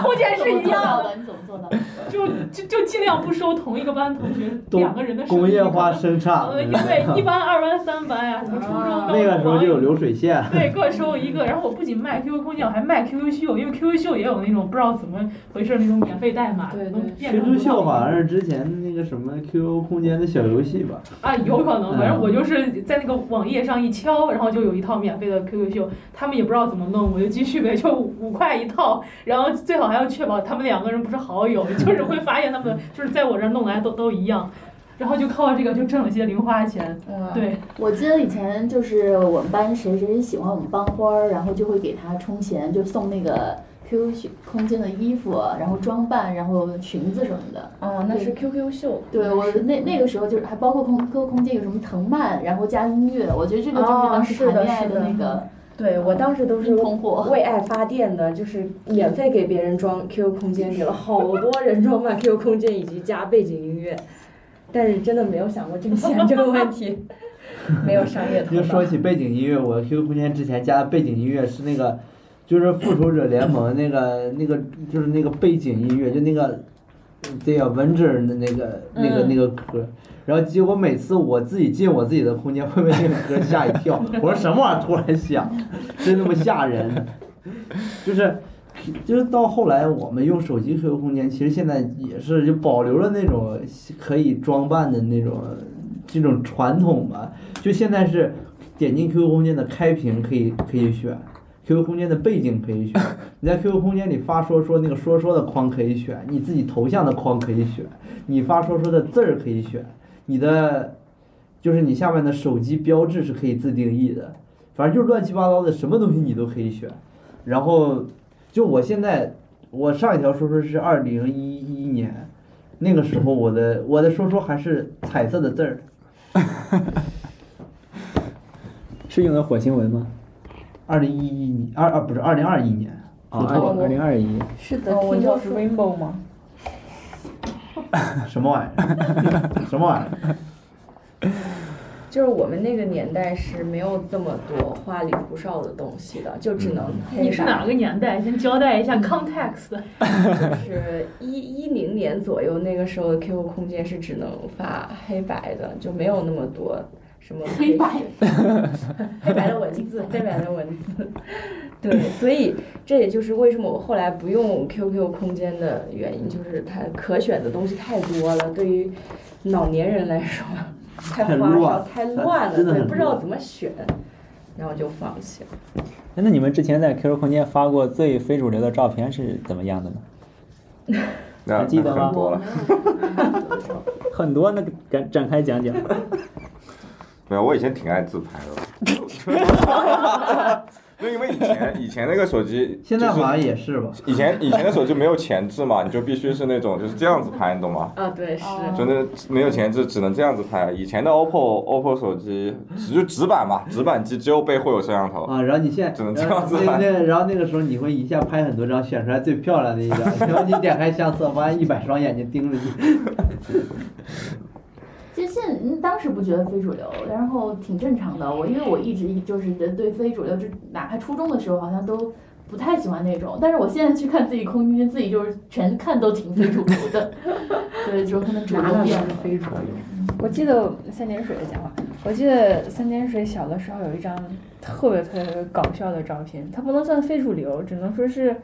Speaker 7: 空间是一样的，
Speaker 4: 的，你怎么做到的？
Speaker 7: 就就就尽量不收同一个班同学
Speaker 2: 都
Speaker 7: 两个人的手
Speaker 2: 工
Speaker 7: 机
Speaker 2: 业
Speaker 7: 可
Speaker 2: 化
Speaker 7: 能
Speaker 2: 生产
Speaker 7: 呃，，对，一班、二班、三班呀、什么初中、高
Speaker 2: <laughs>
Speaker 7: 中、啊
Speaker 2: 那个时候就有流水线。
Speaker 7: 对，各收一个。然后我不仅卖 QQ 空间，我还卖 QQ 秀，因为 QQ 秀也有那种不知道怎么回事那种免费代码，
Speaker 3: 对对
Speaker 7: 能变成
Speaker 2: QQ 秀好像是之前那个什么 QQ 空间的小游戏吧。
Speaker 7: 啊，有可能，反正
Speaker 2: 嗯
Speaker 7: 我就是在那个网页上一敲，然后就有一套免费的 QQ 秀，他们也不知道怎么弄，我就继续呗，就五块一套，然后最好还要确保他们两个人不是好友，就是会发现他们就是在我这儿弄来都都一样，然后就靠这个就挣了些零花钱，
Speaker 9: 啊
Speaker 4: 嗯，
Speaker 7: 对，
Speaker 4: <laughs> 我记得以前就是我们班谁谁喜欢我们班花儿，然后就会给他充钱，就送那个 QQ 空间的衣服，然后装扮，然后裙子什么的。
Speaker 9: 哦，那是 QQ 秀。
Speaker 4: 对我那那个时候就是还包括空 QQ 空间有什么藤蔓，然后加音乐，我觉得这个就是
Speaker 3: 哦
Speaker 4: 当时
Speaker 3: 是的
Speaker 4: 谈恋爱
Speaker 3: 是
Speaker 4: 的
Speaker 3: 的
Speaker 4: 那个
Speaker 3: 对我当时都是
Speaker 4: 通货。
Speaker 3: 为爱发电的，就是免费给别人装 QQ 空间，给了好多人装满 QQ 空间以及加背景音乐，但是真的没有想过挣钱这个问题，没有商业头
Speaker 2: 就说
Speaker 3: 脑。
Speaker 2: 起背景音乐，我 QQ 空间之前加的背景音乐是那个，就是复仇者联盟那个那个就是那个背景音乐，就那个这个文字儿的那个那个那个歌。然后结果每次我自己进我自己的空间，会被那个歌吓一跳。我说什么玩意儿突然响，真他妈吓人！就是，就是到后来我们用手机 QQ 空间，其实现在也是就保留了那种可以装扮的那种这种传统吧。就现在是点进 QQ 空间的开屏可以可以选，QQ 空间的背景可以选，你在 QQ 空间里发说说那个说说的框可以选，你自己头像的框可以选，你发说说的字儿可以选，你的就是你下面的手机标志是可以自定义的，反正就是乱七八糟的什么东西你都可以选。然后就我现在我上一条说说是二零一一年。那个时候我的我的说说还是彩色的字儿，
Speaker 1: 是用的火星文吗？
Speaker 2: 二零一一年，二二不是二零二一年，
Speaker 1: 啊，
Speaker 2: 说错
Speaker 1: 二
Speaker 2: 了
Speaker 1: 二零二一，
Speaker 9: 是
Speaker 8: 的
Speaker 9: 哦我
Speaker 8: 听
Speaker 9: 叫
Speaker 8: 到
Speaker 9: 是 Rainbow 吗？
Speaker 2: 什么玩意儿？ <laughs> 什么玩意儿？
Speaker 3: 就是我们那个年代是没有这么多花里胡哨的东西的，就只能
Speaker 2: 嗯
Speaker 3: 配
Speaker 7: 你是哪个年代？先交代一下 context，
Speaker 3: 就是一一零年左右，那个时候的 QQ 空间是只能发黑白的，就没有那么多什么
Speaker 4: 黑白
Speaker 3: 黑白的文字，黑白的文字。对，所以这也就是为什么我后来不用 QQ 空间的原因，就是它可选的东西太多了，对于老年人来
Speaker 2: <laughs>
Speaker 3: 说太
Speaker 2: 太
Speaker 3: 花哨
Speaker 2: 乱、
Speaker 3: 太乱了，
Speaker 2: 真的
Speaker 3: 对，
Speaker 2: 很
Speaker 3: 不知道
Speaker 2: 乱
Speaker 3: 怎么选，然后就放弃了。
Speaker 1: 哎那你们之前在 QQ 空间发过最非主流的照片是怎么样的呢？
Speaker 5: 那
Speaker 1: 还记得
Speaker 5: 那
Speaker 1: 吗
Speaker 5: 很多了。
Speaker 1: 很多，那个展展开讲 <laughs> 讲。
Speaker 5: 没有，我以前挺爱自拍
Speaker 9: <laughs>
Speaker 5: 的。就因为以前以前那个手机，
Speaker 2: 现在
Speaker 5: 就是
Speaker 2: 好像也是吧？
Speaker 5: 以前以前的手机没有前置嘛，你就必须是
Speaker 2: <laughs>
Speaker 5: 那种就是这样子拍，你懂吗？
Speaker 3: 啊，对，是。
Speaker 4: 哦
Speaker 5: 嗯真的没有前置，只能这样子拍。以前的 OPPO OPPO 手机只就直板嘛，直板机只有背后有摄像头。
Speaker 2: 啊，然后你现
Speaker 5: 只
Speaker 2: 在，然
Speaker 5: 能哦这样
Speaker 2: 后
Speaker 5: 子
Speaker 2: 那
Speaker 5: 拍
Speaker 2: 那然后那个时候你会一下拍很多张，选出来最漂亮的一张，然后你点开相册，发现一百双眼睛盯着你。
Speaker 4: 其实现嗯当时不觉得非主流，然后挺正常的。我因为我一直就是对非主流，就哪怕初中的时候好像都不太喜欢那种，但是我现在去看自己空间，自己就是全看都挺非主流
Speaker 3: <laughs>
Speaker 4: 的。对，就是可能主流变了。
Speaker 3: 非主流。
Speaker 9: 我记得三点水的讲话，我记得三点水小的时候有一张特别特别特别搞笑的照片，它不能算非主流，只能说是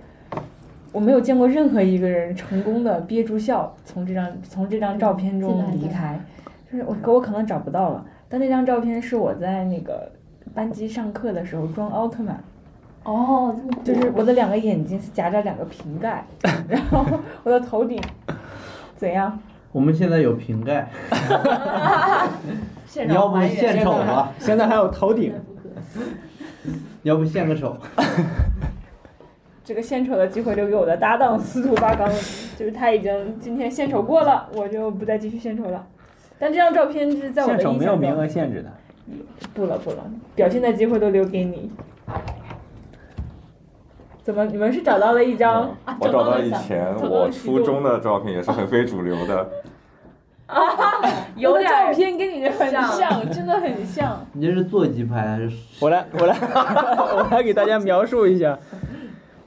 Speaker 9: 我没有见过任何一个人成功的憋住笑从这张从这张照片中离开，就是我可我可能找不到了，但那张照片是我在那个班级上课的时候装奥特曼。
Speaker 4: 哦，
Speaker 9: 就
Speaker 4: 这么
Speaker 9: 是我的两个眼睛是夹着两个瓶盖，然后我的头
Speaker 2: <laughs>
Speaker 9: 顶怎样？
Speaker 2: 我们现在有瓶盖，
Speaker 3: 现
Speaker 2: 你要不献丑
Speaker 9: <laughs>
Speaker 2: 吧？
Speaker 1: 现在还有头 <laughs>
Speaker 4: 酷
Speaker 1: 顶，
Speaker 2: 你要不献个丑？
Speaker 9: 这个献丑的机会留给我的搭档司徒八刚，就是他已经今天献丑过了，我就不再继续献丑了。但这张照片是在我
Speaker 1: 献
Speaker 9: 的
Speaker 1: 丑
Speaker 9: 印
Speaker 1: 没有
Speaker 9: 象
Speaker 1: 名
Speaker 9: 中，
Speaker 1: 额限制的。
Speaker 9: 不了不了，表现的机会都留给你。怎么？你们是找到了一张？
Speaker 7: 啊
Speaker 5: 我
Speaker 7: 找
Speaker 5: 找
Speaker 7: 到
Speaker 5: 到
Speaker 7: 了
Speaker 5: 以
Speaker 7: 想
Speaker 5: 前
Speaker 7: 找到
Speaker 5: 我
Speaker 7: 了许
Speaker 5: 初
Speaker 7: 多
Speaker 5: 中的照片，也是很非主流的。
Speaker 9: 我
Speaker 3: 有
Speaker 9: 的
Speaker 3: 点
Speaker 9: 照
Speaker 3: 儿
Speaker 9: 片跟你的很
Speaker 3: 像
Speaker 9: 像，真的很像。
Speaker 2: 你这是座机拍还是？
Speaker 1: 我来，我来， <laughs> 我来给大家描述一下。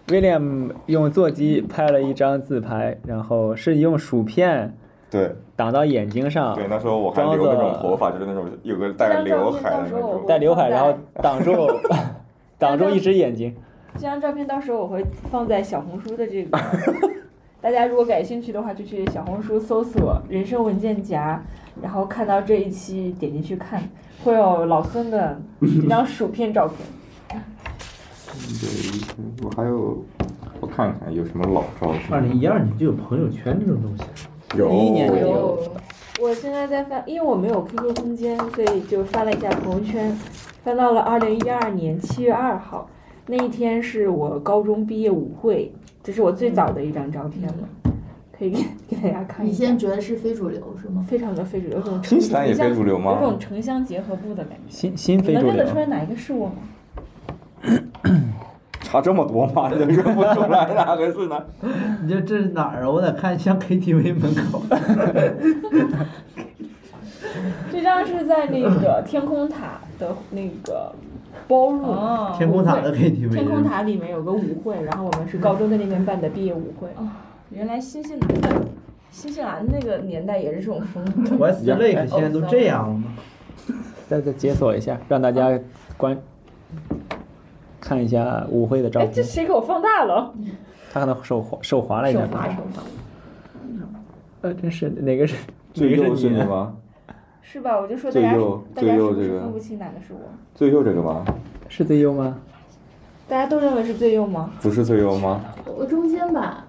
Speaker 1: William 用座机拍了一张自拍，然后是用薯片
Speaker 5: 对
Speaker 1: 挡到眼睛上，
Speaker 5: 对，那时候我还
Speaker 1: 装
Speaker 5: 留那
Speaker 1: 着
Speaker 5: 种头发，就是那种有个
Speaker 9: 这
Speaker 5: 带
Speaker 9: 张
Speaker 5: 个
Speaker 9: 照
Speaker 5: 刘
Speaker 9: 片
Speaker 5: 海
Speaker 9: 到
Speaker 5: 的
Speaker 9: 时
Speaker 5: 那
Speaker 9: 候我
Speaker 5: 种。
Speaker 9: 会
Speaker 1: 带刘海，
Speaker 9: 放在
Speaker 1: 然后挡住挡住一只眼睛。
Speaker 9: 这张照片到时候我会放在小红书的这个
Speaker 3: 大家如果感兴趣的话，就去小红书搜索“人生文件夹”，然后看到这一期点进去看，会有老孙的这张薯片照片。
Speaker 5: 对，我还有，我看看有什么老招数。
Speaker 2: 二零一二年就有朋友圈这种东西，
Speaker 5: 有
Speaker 2: 一年就
Speaker 3: 有，我现在在翻，因为我没有 QQ 空间，所以就翻了一下朋友圈，翻到了二零一二年七月二号，那一天是我高中毕业舞会，这是我最早的一张照片了，可以给给大家看一
Speaker 4: 你
Speaker 3: 下
Speaker 4: 现在。觉得是非主流是吗？
Speaker 3: 非常的非主流，有种
Speaker 5: 新西兰也非主流
Speaker 3: 有
Speaker 5: 吗？
Speaker 3: 种城乡结合部的感觉。
Speaker 1: 新新
Speaker 3: 你
Speaker 1: 非
Speaker 3: 能
Speaker 1: 主
Speaker 3: 认
Speaker 1: 流
Speaker 3: 得出，来哪一个是我吗？
Speaker 5: 差这么多吗？ <laughs> 你都认不出来哪个是哪？
Speaker 2: 你这这是哪儿啊？我得看像 KTV 门口。，
Speaker 3: 这张是在那
Speaker 5: <laughs>
Speaker 3: 个天空塔的那个包入、
Speaker 7: 哦
Speaker 2: 天空塔的 KTV。
Speaker 3: 天空。塔里面有个舞会，然后我们是高中在那边办的毕业舞会。
Speaker 7: 原来新西兰，新西兰那个年代也是这种风格。
Speaker 2: 我 s l a k 现在都这样了吗？
Speaker 1: 再再解锁一下，让大家观看一下舞会的照
Speaker 3: 哎， <laughs> 这
Speaker 1: 片。
Speaker 3: 谁给我放大了？
Speaker 1: 他可能手滑手滑了一
Speaker 7: 手
Speaker 1: 点。
Speaker 7: 滑手滑，
Speaker 1: 呃，真是哪个是
Speaker 5: <laughs> 最右是
Speaker 1: 哪
Speaker 5: 你
Speaker 1: 个
Speaker 5: 吗？
Speaker 3: 是吧？我就说大
Speaker 5: 最
Speaker 3: 家
Speaker 5: 右
Speaker 3: 大家
Speaker 5: 最
Speaker 3: 是
Speaker 5: 右
Speaker 3: 不
Speaker 5: 这
Speaker 3: 是
Speaker 5: 个
Speaker 3: 分不清哪个是我？
Speaker 5: 最右这个吗？
Speaker 1: 是最右吗？
Speaker 3: 大家都认为是最右吗？
Speaker 5: 不是最右吗？
Speaker 4: 我中间吧，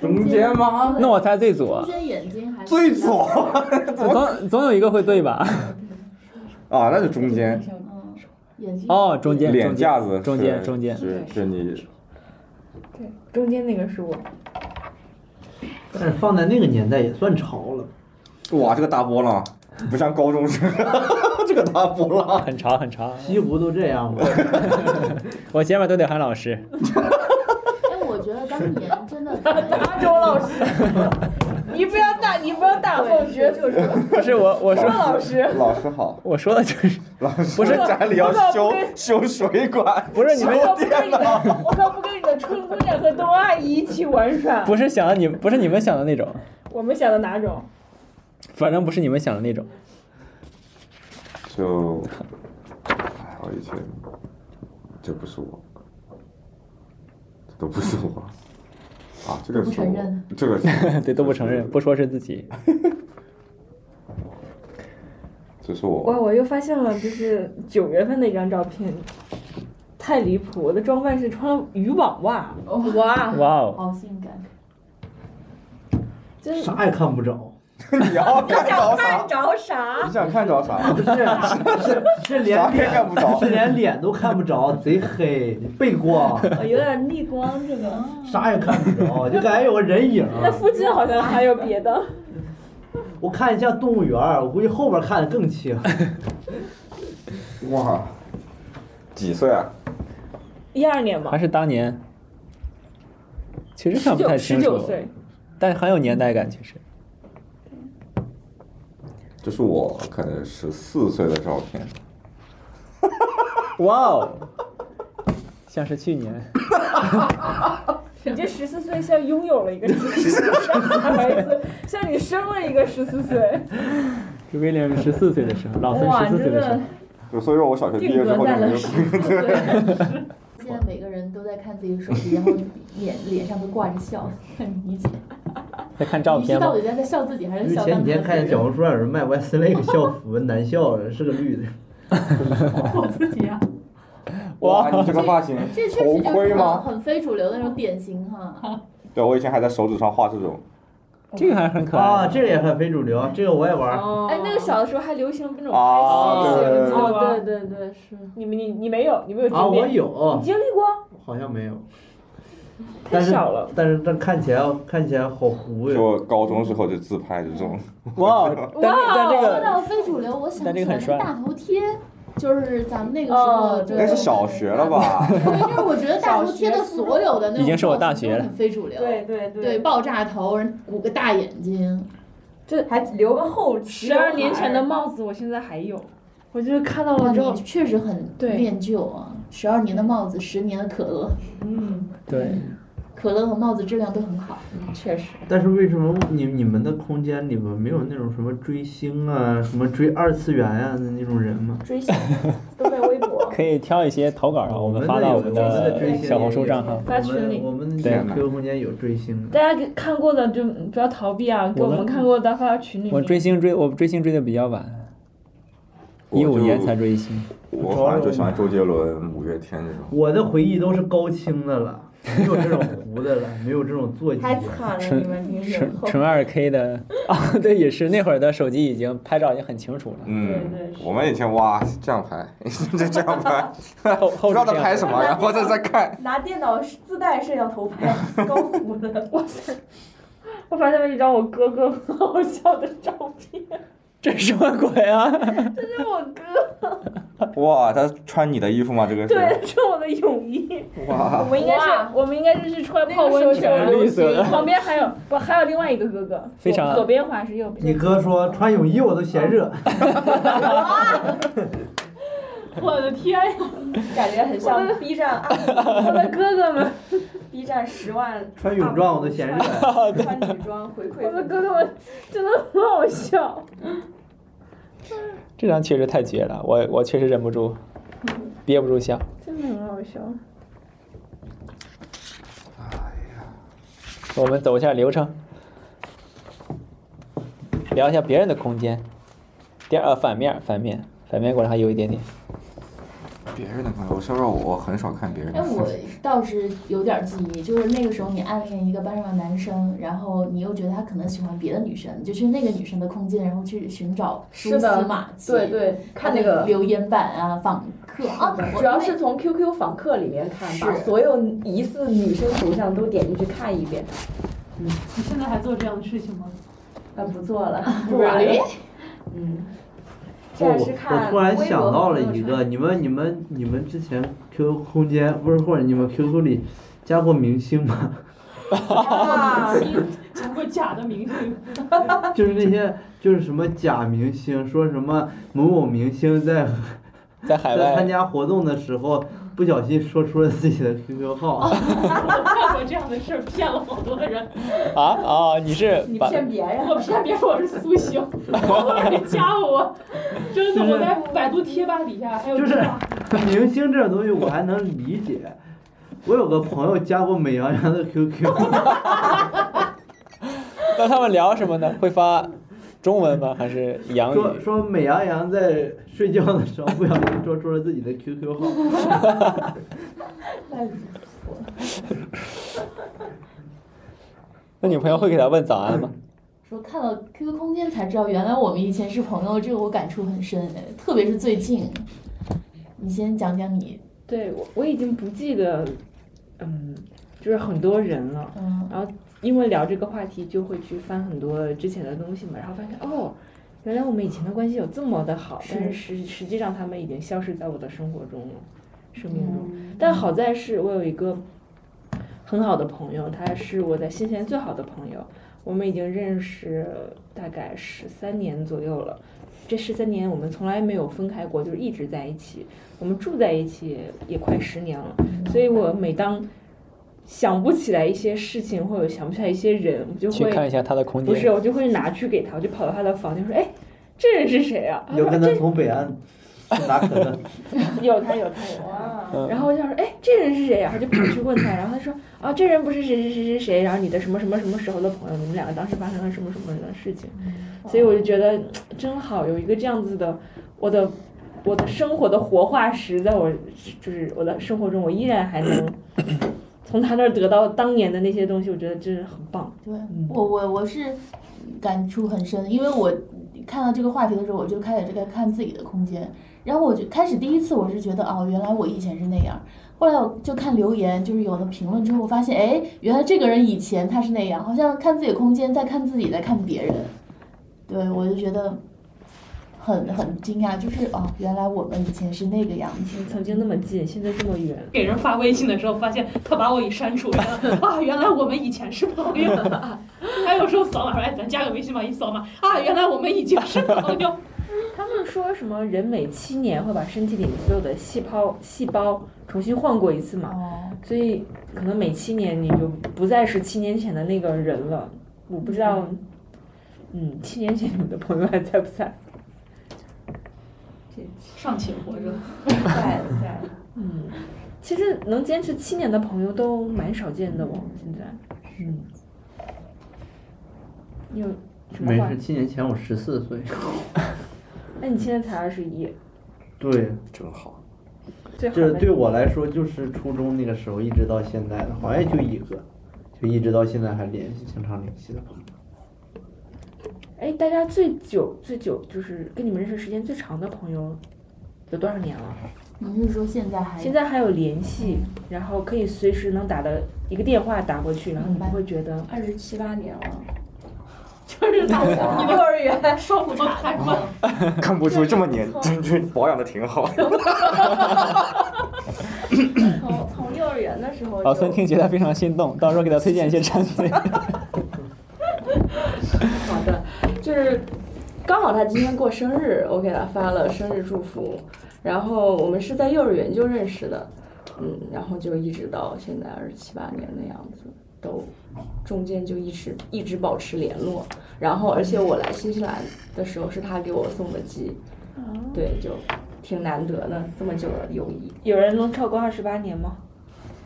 Speaker 5: 中间吗
Speaker 4: 对
Speaker 1: 那我猜最
Speaker 4: 中
Speaker 1: 左，
Speaker 4: 间眼睛还是
Speaker 5: 最左 <laughs>
Speaker 1: 总总有一个会对吧？
Speaker 5: 啊，那就中间，
Speaker 4: 嗯，眼睛
Speaker 1: 哦，中间，
Speaker 5: 脸架子
Speaker 1: 中间，中间，
Speaker 5: 是是你
Speaker 3: 对，中间那个是我。
Speaker 2: 但是放在那个年代也算潮了。
Speaker 5: 哇，这个大波浪不像高中生， <laughs> 这个大波浪。
Speaker 1: 很长很长。
Speaker 2: 西湖都这样吗？
Speaker 1: 我前面都得喊老师。
Speaker 4: <laughs> 哎，我觉得当年真的咱们
Speaker 3: 阿周老师，你不要大，你不要大放厥词。
Speaker 1: 不是我，我说
Speaker 3: 老师，
Speaker 5: 老师好，
Speaker 1: 我说的就是，
Speaker 5: 老师
Speaker 1: 不是
Speaker 5: 家里要
Speaker 3: 不是
Speaker 5: 修
Speaker 3: 不是
Speaker 5: 修水管，
Speaker 1: 不是你们
Speaker 3: 我可不跟你的，我可不跟你的春姑娘和冬阿姨一起玩耍。
Speaker 1: 不是想的你，不是你们想的那种，
Speaker 3: 我们想的哪种？
Speaker 1: 反正不是你们想的那种。
Speaker 5: 就，哎，我以前这不是我，这都不是我。啊，这个
Speaker 4: 不
Speaker 5: 是
Speaker 4: 承
Speaker 5: 我
Speaker 4: 认，
Speaker 5: 这个是
Speaker 1: 对，都不承认，不说是自己。
Speaker 3: 啊
Speaker 5: 这是我
Speaker 3: 哇，我又发现了，就是九月份的一张照片，太离谱！我的装扮是穿了渔网袜，
Speaker 7: 哇，
Speaker 1: 哇哦，
Speaker 4: 好性感，
Speaker 3: 真
Speaker 2: 啥也看不着。
Speaker 5: 你要看着啥？
Speaker 7: 着啥？
Speaker 5: 你想看着啥？
Speaker 2: 不是，是是
Speaker 5: 啥
Speaker 2: 连
Speaker 5: 也
Speaker 2: 脸
Speaker 5: 看不着
Speaker 2: 是连脸都看不着，贼黑，背光，
Speaker 3: 哦
Speaker 7: 我有点逆光这个。
Speaker 2: 啥也看不
Speaker 3: <laughs>
Speaker 2: 着，就感觉有个人影。
Speaker 3: 那附近好像还有别的。
Speaker 2: 我看像动物园儿，我估计后边看的更清。
Speaker 5: 哇，几岁啊？
Speaker 3: 一二年
Speaker 1: 还
Speaker 3: 吧，
Speaker 1: 是当年，其实看
Speaker 3: 十
Speaker 1: 不太
Speaker 3: 九
Speaker 1: 清
Speaker 3: 十九
Speaker 1: 楚，
Speaker 3: 岁，
Speaker 1: 但很有年代感，其实。
Speaker 5: 这是我可能十四岁的照片，
Speaker 1: 哇哦，像是去年，
Speaker 3: 你这十四岁像拥有了一个十四岁的孩子，像你生了一个十四岁。
Speaker 1: 是威廉十四岁的时候，老孙
Speaker 3: 哇，
Speaker 1: 十四岁
Speaker 3: 真
Speaker 1: 的时候
Speaker 3: 的。
Speaker 5: 就所以说我小学毕
Speaker 7: 定
Speaker 5: 业之
Speaker 7: 格
Speaker 5: 后就
Speaker 7: 在
Speaker 5: 没
Speaker 7: 了
Speaker 5: 有
Speaker 7: 十四岁，
Speaker 4: 现在每个人都在看自己手机，然后脸脸上都挂着笑， <laughs> 很理解。
Speaker 1: 在看照
Speaker 4: 你是
Speaker 1: 片吗？
Speaker 4: 到底在在笑自己还
Speaker 2: 因
Speaker 4: 是
Speaker 2: 为
Speaker 4: 笑
Speaker 2: 前
Speaker 4: 当
Speaker 2: 几
Speaker 4: 年
Speaker 2: 天
Speaker 4: 的别
Speaker 2: 看小
Speaker 4: 人？
Speaker 2: 红书上有人卖 Westlake 校服，男校的，是个绿的。
Speaker 3: <laughs>
Speaker 10: 我自己啊，
Speaker 5: <laughs> 哇，你这个发型
Speaker 4: 这确
Speaker 5: 头
Speaker 4: 实就是
Speaker 5: 盔
Speaker 4: 很
Speaker 5: 吗？
Speaker 4: 很非主流的那种典型
Speaker 1: <laughs>
Speaker 4: 哈。
Speaker 5: 对，我以前还在手指上画这种，
Speaker 1: 这个还很可
Speaker 2: 啊，
Speaker 1: 爱。
Speaker 2: 这个也很非主流，这个我也玩。啊
Speaker 7: 哦
Speaker 3: 哎，那个小的时候还流行那种
Speaker 5: 啊
Speaker 3: 拍戏，
Speaker 5: 对
Speaker 3: 你记得
Speaker 7: 哦，
Speaker 3: 吗？
Speaker 7: 对对对，是。
Speaker 3: 你们你你没有，你没有经历，
Speaker 2: 啊，我
Speaker 3: 你
Speaker 2: 有，
Speaker 3: 经历过，
Speaker 2: 好像没有。
Speaker 3: 太
Speaker 2: 但是
Speaker 3: 少了。
Speaker 2: 但是但看起来看起来好糊呀。
Speaker 5: 就高中时候就自拍这种，
Speaker 1: 哇哦， <laughs> 但但这
Speaker 4: 说
Speaker 1: 个
Speaker 4: 到非主流，我想
Speaker 1: 但
Speaker 4: 起
Speaker 1: 这个
Speaker 4: 来
Speaker 1: 很帅
Speaker 4: 那大头贴，就是咱们那个时候
Speaker 3: 哦
Speaker 4: 就
Speaker 5: 应该是小学了？吧？
Speaker 4: 对，就是我觉得大头贴的所有的那种
Speaker 1: 已经是我大学了
Speaker 4: 造型都很非主流。
Speaker 3: 对对
Speaker 4: 对，，爆炸头，人鼓个大眼
Speaker 1: <laughs>
Speaker 4: 睛，
Speaker 3: 这
Speaker 7: 还留个后期
Speaker 3: 十二年前的帽子我现在还有，我就是看到
Speaker 4: 哇，
Speaker 3: 哦了之后
Speaker 4: 你，确实很
Speaker 3: 对
Speaker 4: 恋旧啊！十二年的帽子，十年的可乐，
Speaker 3: 嗯，
Speaker 1: 对，
Speaker 4: 可乐和帽子质量都很好。
Speaker 3: 确实，
Speaker 2: 但是为什么你你们的空间里边没有那种什么追星啊、什么追二次元啊的那种人吗？
Speaker 3: 追星都被微博，
Speaker 1: 可以挑一些投稿，然后我们发到
Speaker 2: 我
Speaker 1: 我
Speaker 2: 们
Speaker 1: 们
Speaker 2: 的追
Speaker 1: 的
Speaker 2: 星
Speaker 1: 小红
Speaker 2: 也
Speaker 1: 书
Speaker 2: 有
Speaker 1: 账号。
Speaker 3: 发群里
Speaker 2: 我们我们
Speaker 5: 对
Speaker 2: 的 QQ 空间有追星的，
Speaker 3: 大家给看过的就不要逃避啊，给
Speaker 1: 我
Speaker 3: 我
Speaker 1: 们
Speaker 3: 们看过的发到群里面。
Speaker 1: 我追星追我追星追的比较晚， <laughs> 一五年才追星。
Speaker 5: 我好像就喜欢周杰伦、五月天这种。
Speaker 2: 我的回忆都是高清
Speaker 1: <laughs>
Speaker 2: 的了，没有这种糊的了，没有这种做机
Speaker 8: 太
Speaker 2: 的。
Speaker 8: 惨了，
Speaker 1: 纯
Speaker 8: 你们零
Speaker 3: 哎
Speaker 1: 纯
Speaker 8: 零后。
Speaker 1: 纯二 K
Speaker 3: <laughs>
Speaker 1: 的啊，对，也是那会儿的手机已经拍照已经很清楚了，
Speaker 5: 嗯
Speaker 8: 对对，
Speaker 5: 我们以前哇这样拍， <laughs> 这这样
Speaker 1: <laughs>
Speaker 5: 拍，
Speaker 1: 后
Speaker 5: 不
Speaker 1: 后
Speaker 5: 知道在
Speaker 1: 置这样
Speaker 5: 拍什么，然后再再看。
Speaker 8: 拿电脑自带摄像头拍，高糊的。
Speaker 3: 我发现了一张我哥 <laughs> 哥很好笑的照片，
Speaker 1: 这是什么鬼啊？
Speaker 3: 这是我哥，
Speaker 5: 哇，他穿你的衣服吗？这个
Speaker 3: 对，
Speaker 5: 是
Speaker 3: 这是我的泳衣。我
Speaker 5: 哇，
Speaker 3: 们应该是，我们应该是去出来泡温泉啊
Speaker 1: 那个时候全是绿色的
Speaker 3: 旁边还有不还有另外一个哥哥，左
Speaker 1: 非常
Speaker 3: 左边滑是右边。
Speaker 2: 你哥说穿泳衣我都嫌
Speaker 8: 哦
Speaker 2: 热，
Speaker 3: 我的天呀，
Speaker 8: 感觉很像 B 站啊
Speaker 3: 我的哥哥
Speaker 7: <laughs>
Speaker 3: 们，
Speaker 8: ，B 站十万
Speaker 2: 穿泳装我都嫌热。
Speaker 8: 穿女装回馈
Speaker 3: 我的
Speaker 8: 粉丝。
Speaker 3: 哥哥们真的很好笑。
Speaker 1: <laughs> 这张确实太绝了，我我确实忍不住，憋不住笑。
Speaker 3: 真的很好笑。
Speaker 1: 我们走一下流程，聊一下别人的空间。第二，呃反面，反面，反面过来还有一点点。
Speaker 5: 别人的朋友，我说说我很少看别人的
Speaker 4: 哎，。我 <laughs> 倒是有点记忆，就是那个时候你暗恋一个班上的男生，然后你又觉得他可能喜欢别的女生，你就去那个女生的空间，然后去寻找蛛
Speaker 8: 是的
Speaker 4: 丝马迹。
Speaker 8: 对，对，看那个，
Speaker 4: 留言板啊、访客啊，我
Speaker 8: 主要是从 QQ 访客里面看，把
Speaker 4: 是
Speaker 8: 所有疑似女生头像都点进去看一遍。
Speaker 7: 你现在还做这样的事情吗？
Speaker 8: 啊，不做了，
Speaker 4: 不玩了。
Speaker 8: 嗯，
Speaker 2: 我
Speaker 8: 现在是
Speaker 2: 我
Speaker 8: 看
Speaker 2: 突然
Speaker 8: 微博
Speaker 2: 想到了
Speaker 8: 和朋
Speaker 2: 一
Speaker 8: 友
Speaker 2: 个，
Speaker 8: 圈，
Speaker 2: 你们你们你们之前 QQ 空间不是或者你们 QQ 里加过明星吗？
Speaker 8: <laughs>
Speaker 7: <laughs>
Speaker 8: 啊，
Speaker 7: 讲过假的明星，
Speaker 2: 就是那些就是什么假明星，说什么某某明星在
Speaker 1: 在海
Speaker 2: 在参
Speaker 1: 外，
Speaker 2: 加活动的时候不小心说出了自己的 QQ 号，
Speaker 8: 哦
Speaker 7: 我干过这样的事儿，骗了好多人。
Speaker 1: 啊啊，你是
Speaker 8: 你
Speaker 1: 把
Speaker 8: 骗别人，
Speaker 7: <laughs> 我骗别人我是苏醒，我人加我，真的，我在百度贴吧底下还有
Speaker 2: 就是
Speaker 7: 这样
Speaker 2: <laughs> 明星这种东西我还能理解。我有个朋友加过美羊羊的 QQ，
Speaker 1: 那他们聊什么呢？会发中文吗？还是洋语？
Speaker 2: 说说美羊羊在睡觉的时候不小心说出了自己的 QQ 号。 <laughs>
Speaker 1: 那女朋友会给他问早安吗？
Speaker 4: 说看到 QQ 空间才知道，原来我们以前是朋友，这个我感触很深，哎特别是最近。你先讲讲你，
Speaker 3: 对我我已经不记得，嗯，就是很多人了。
Speaker 4: 嗯，
Speaker 3: 因为聊这个话题，就会去翻很多之前的东西嘛，然后发现哦，原来我们以前的关系有这么的好，
Speaker 4: 是
Speaker 3: 但是实实际上他们已经消失在我的生活中了，生命中。但好在是我有一个很好的朋友，他是我在新西兰最好的朋友，我们已经认识大概十三年左右了。这十三年我们从来没有分开过，就是一直在一起。我们住在一起也快十年了，所以我每当想不起来一些事情，或者想不起来一些人，我就
Speaker 1: 去
Speaker 3: 会
Speaker 1: 看一下他的空
Speaker 3: 不
Speaker 1: 间。
Speaker 3: 是，我就会拿去给他，我就跑到他的房间说：“哎，这人是谁啊？”
Speaker 2: 有可能从北岸去拿可乐，
Speaker 3: 有他有他有他。
Speaker 8: 哇，
Speaker 1: 嗯
Speaker 3: 然后我就想说，哎，这人是谁呀、然后就跑去问他，然后他说，啊，这人不是谁谁谁谁谁，然后你的什么什么什么时候的朋友，你们两个当时发生了什么什么的事情，所以我就觉得真好，有一个这样子的，我的我的生活的活化石，在我就是我的生活中，我依然还能从他那儿得到当年的那些东西，我觉得真是很棒。
Speaker 4: 对我我我是感触很深，因为我看到这个话题的时候，我就开始这个看自己的空间，然后我就开始第一次我是觉得哦，原来我以前是那样。后来我就看留言，就是有的评论之后，我发现，哎，原来这个人以前他是那样，好像看自己的空间，在看自己，在看别人。对我就觉得很很惊讶，就是哦，原来我们以前是那个样子。
Speaker 3: 曾经那么近，现在这么远，
Speaker 7: 给人发微信的时候，发现他把我给删除了啊！原来我们以前是朋友。 <laughs> 还有时候扫码说，哎，咱加个微信吧，一扫码啊，原来我们已经是朋友。 <laughs>
Speaker 3: 他们说什么人每七年会把身体里所有的细胞细胞重新换过一次嘛？
Speaker 4: 哦，
Speaker 3: 所以可能每七年你就不再是七年前的那个人了。我不知道，嗯，七年前你们的朋友还在不在？
Speaker 7: 尚且活着。
Speaker 3: 在在，嗯，其实能坚持七年的朋友都蛮少见的哦，现在，嗯，你有什么
Speaker 2: <laughs> 没
Speaker 3: 话
Speaker 2: 事，？七年前我十四岁。
Speaker 3: 那你现在才二十一，
Speaker 2: <laughs> 对，
Speaker 5: 真好。
Speaker 3: 最好
Speaker 2: 就是
Speaker 3: 的
Speaker 2: 对我来说，就是初中那个时候一直到现在的，好像也就一个，就一直到现在还联系，经常联系的朋友。
Speaker 3: 哎，大家最久最久就是跟你们认识时间最长的朋友有多少年了？
Speaker 4: 你是说现在还
Speaker 3: 现在还有联系，然后可以随时能打的一个电话打过去，然后你不会觉得哎
Speaker 8: 二十七八年了，
Speaker 7: 就是大
Speaker 8: 你幼儿园
Speaker 7: 双不太慢，
Speaker 5: 看不出这么年，真是保养的挺好。
Speaker 8: 从从幼儿园的时候
Speaker 1: 老
Speaker 8: 就
Speaker 1: 孙听觉得非常心动，到时候给他推荐一些产品。
Speaker 8: 好的，就是刚好他今天过生日，我给他发了生日祝福，然后我们是在幼儿园就认识的，嗯，然后就一直到现在二十七八年的样子，都中间就一直一直保持联络，然后而且我来新西兰的时候是他给我送的鸡，对，就挺难得的这么久的友谊。
Speaker 3: 有人能超过二十八年吗？
Speaker 5: <laughs>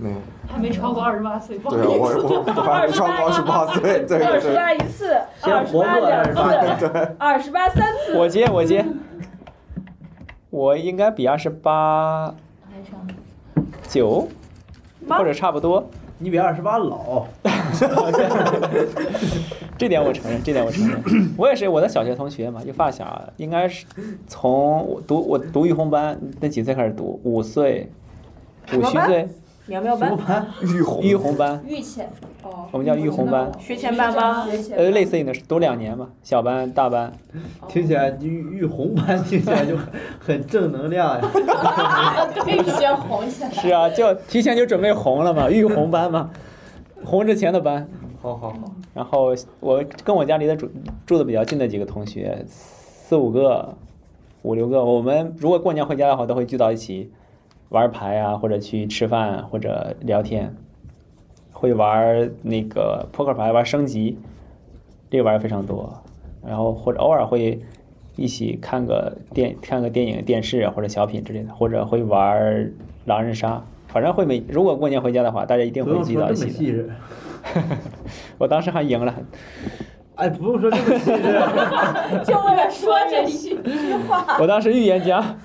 Speaker 5: 没有，
Speaker 7: 还没超过二十八岁，不好
Speaker 5: 对
Speaker 7: 意
Speaker 5: 啊，
Speaker 7: 思。
Speaker 5: 我我我还没超过二十八岁，对
Speaker 3: 二
Speaker 5: 对
Speaker 3: 十
Speaker 5: 对，
Speaker 3: 八一次，
Speaker 2: 行
Speaker 3: 二，十
Speaker 2: 我
Speaker 3: 八
Speaker 2: 过
Speaker 3: 两
Speaker 2: 二十八
Speaker 3: 次，
Speaker 2: 了。
Speaker 3: 二十八三次。
Speaker 1: 我接，我接，我应该比二十八
Speaker 4: 还长？
Speaker 1: 九或者差不多，
Speaker 2: 你比二十八老，
Speaker 1: 这点我承认，这点我承认。我也是我的小学同学嘛，就发小，应该是从我读我读育红班那几岁开始读，五岁、五
Speaker 3: 么
Speaker 1: 虚
Speaker 3: 班
Speaker 1: 岁
Speaker 3: 苗苗
Speaker 2: 怎么
Speaker 3: 班、
Speaker 2: 盘？
Speaker 5: 玉红
Speaker 1: 育红班，
Speaker 8: 御前哦，
Speaker 1: 我们叫育红班，
Speaker 8: 学前班吗？学前
Speaker 1: 呃，类
Speaker 3: <laughs>
Speaker 1: 似于那是读两年嘛，小班、大班。
Speaker 2: 听起来玉玉红盘听起来就很很正能量呀。
Speaker 8: 可以先红起来。
Speaker 1: 是啊，就提前就准备红了嘛，育红班嘛，红之前的班。
Speaker 2: 好好好，
Speaker 1: 然后我跟我家离得住住的比较近的几个同学，四五个、五六个，我们如果过年回家的话，都会聚到一起玩牌啊，或者去吃饭，啊或者聊天，会玩那个扑克牌，玩升级，这个玩的非常多。然后或者偶尔会一起看个电看个电影、电视啊或者小品之类的，或者会玩狼人杀，反正会每如果过年回家的话，大家一定
Speaker 2: 不
Speaker 1: 会
Speaker 2: 用
Speaker 1: 聚
Speaker 2: 说
Speaker 1: 到
Speaker 2: 这
Speaker 1: 一
Speaker 2: 么
Speaker 1: 起的。
Speaker 2: 细致，
Speaker 1: 我当时还赢了。
Speaker 2: 哎，不用说这么 <laughs> 细致。
Speaker 8: 就为了说这一句话，
Speaker 1: 我当时预言家，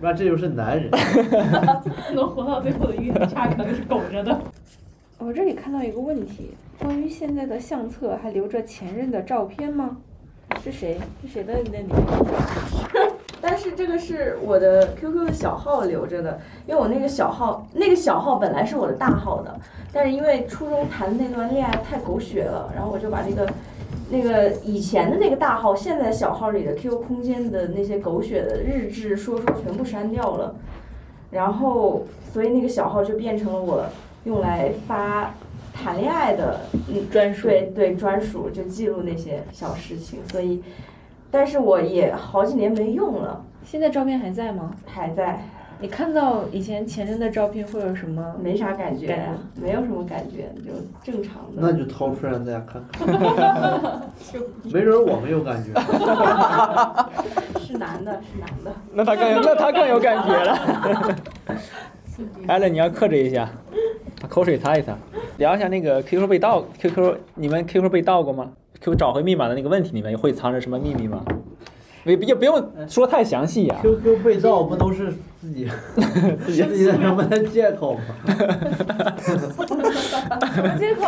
Speaker 2: 那这就是男人，
Speaker 7: 能活到最后的预言家可能是苟着的。
Speaker 3: 我这里看到一个问题，关于现在的相册还留着前任的照片吗？是谁？是谁的那里？ <laughs>
Speaker 8: 但是这个是我的 QQ 的小号留着的，因为我那个小号，那个小号本来是我的大号的，但是因为初中谈的那段恋爱太狗血了，然后我就把那个。那个以前的那个大号，现在小号里的 QQ 空间的那些狗血的日志、说说全部删掉了，然后所以那个小号就变成了我用来发谈恋爱的嗯专属，对对专属就记录那些小事情，所以，但是我也好几年没用了，
Speaker 3: 现在照片还在吗？
Speaker 8: 还在，
Speaker 3: 你看到以前前任的照片会有什么？
Speaker 8: 没啥感觉
Speaker 3: 感，
Speaker 8: 没有什么感觉，就正常
Speaker 2: 那
Speaker 8: 的。
Speaker 2: 就掏出来让大家看看。没准我没有感觉。
Speaker 8: 是男的，是男的。
Speaker 1: 那他更有，那他更有感觉了。艾伦，你要克制一下，把口水擦一擦。聊一下那个 QQ 被盗，QQ 你们 QQ 被盗过吗？Q 找回密码的那个问题里面会藏着什么秘密吗？也也不用说太详细呀、
Speaker 2: QQ 被盗不都是自 <laughs> 己自己自己在什么的借口吗？
Speaker 3: 借口？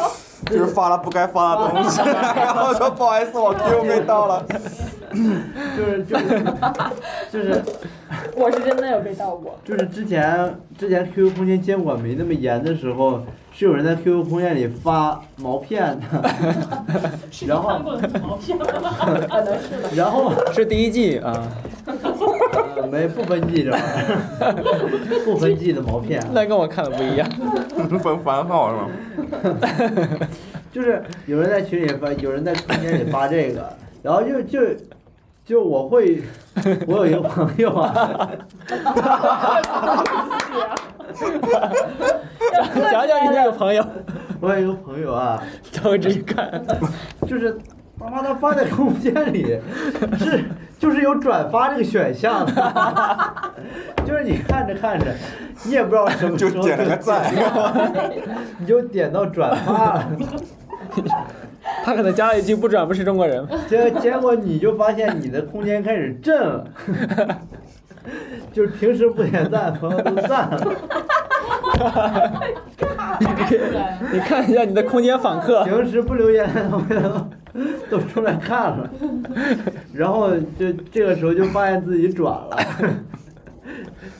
Speaker 5: 就是发了不该发的东西， <laughs> 然后说不好意思，我 Q 被盗了。
Speaker 2: 就是就是就是
Speaker 3: <laughs> 我是真的有被盗过。
Speaker 2: 就是之前之前 QQ 空间监管没那么严的时候，是有人在 QQ 空间里发毛片的，
Speaker 7: 是你
Speaker 2: 然后
Speaker 7: 看过的毛片吗？
Speaker 2: 然 <laughs> 后、
Speaker 1: 是第一季啊，
Speaker 2: 呃没不分季这玩意儿，不分季的毛片，
Speaker 1: 那跟我看的不一样。
Speaker 5: <laughs> 分番号是吗？
Speaker 2: 就是有人在群里发，有人在空间里发这个，然后就就就我会，我有一个朋友啊，
Speaker 1: 讲讲你那个朋友，
Speaker 2: 我有一个朋友啊，
Speaker 1: 周志看，
Speaker 2: 就是我把它放在空间里，是就是有转发这个选项的， <laughs> 就是你看着看着，你也不知道什么时
Speaker 5: 就
Speaker 2: 候
Speaker 5: 点了个赞，
Speaker 2: 你就点到转发了。
Speaker 1: 他可能加了一句“不转不是中国人
Speaker 2: 结结果你就发现你的空间开始震了， <laughs> 就是平时不点赞，朋友都赞了。”，
Speaker 1: 你看一下你的空间访客，
Speaker 2: 平时不留言的朋友都出来看了，然后就这个时候就发现自己转了，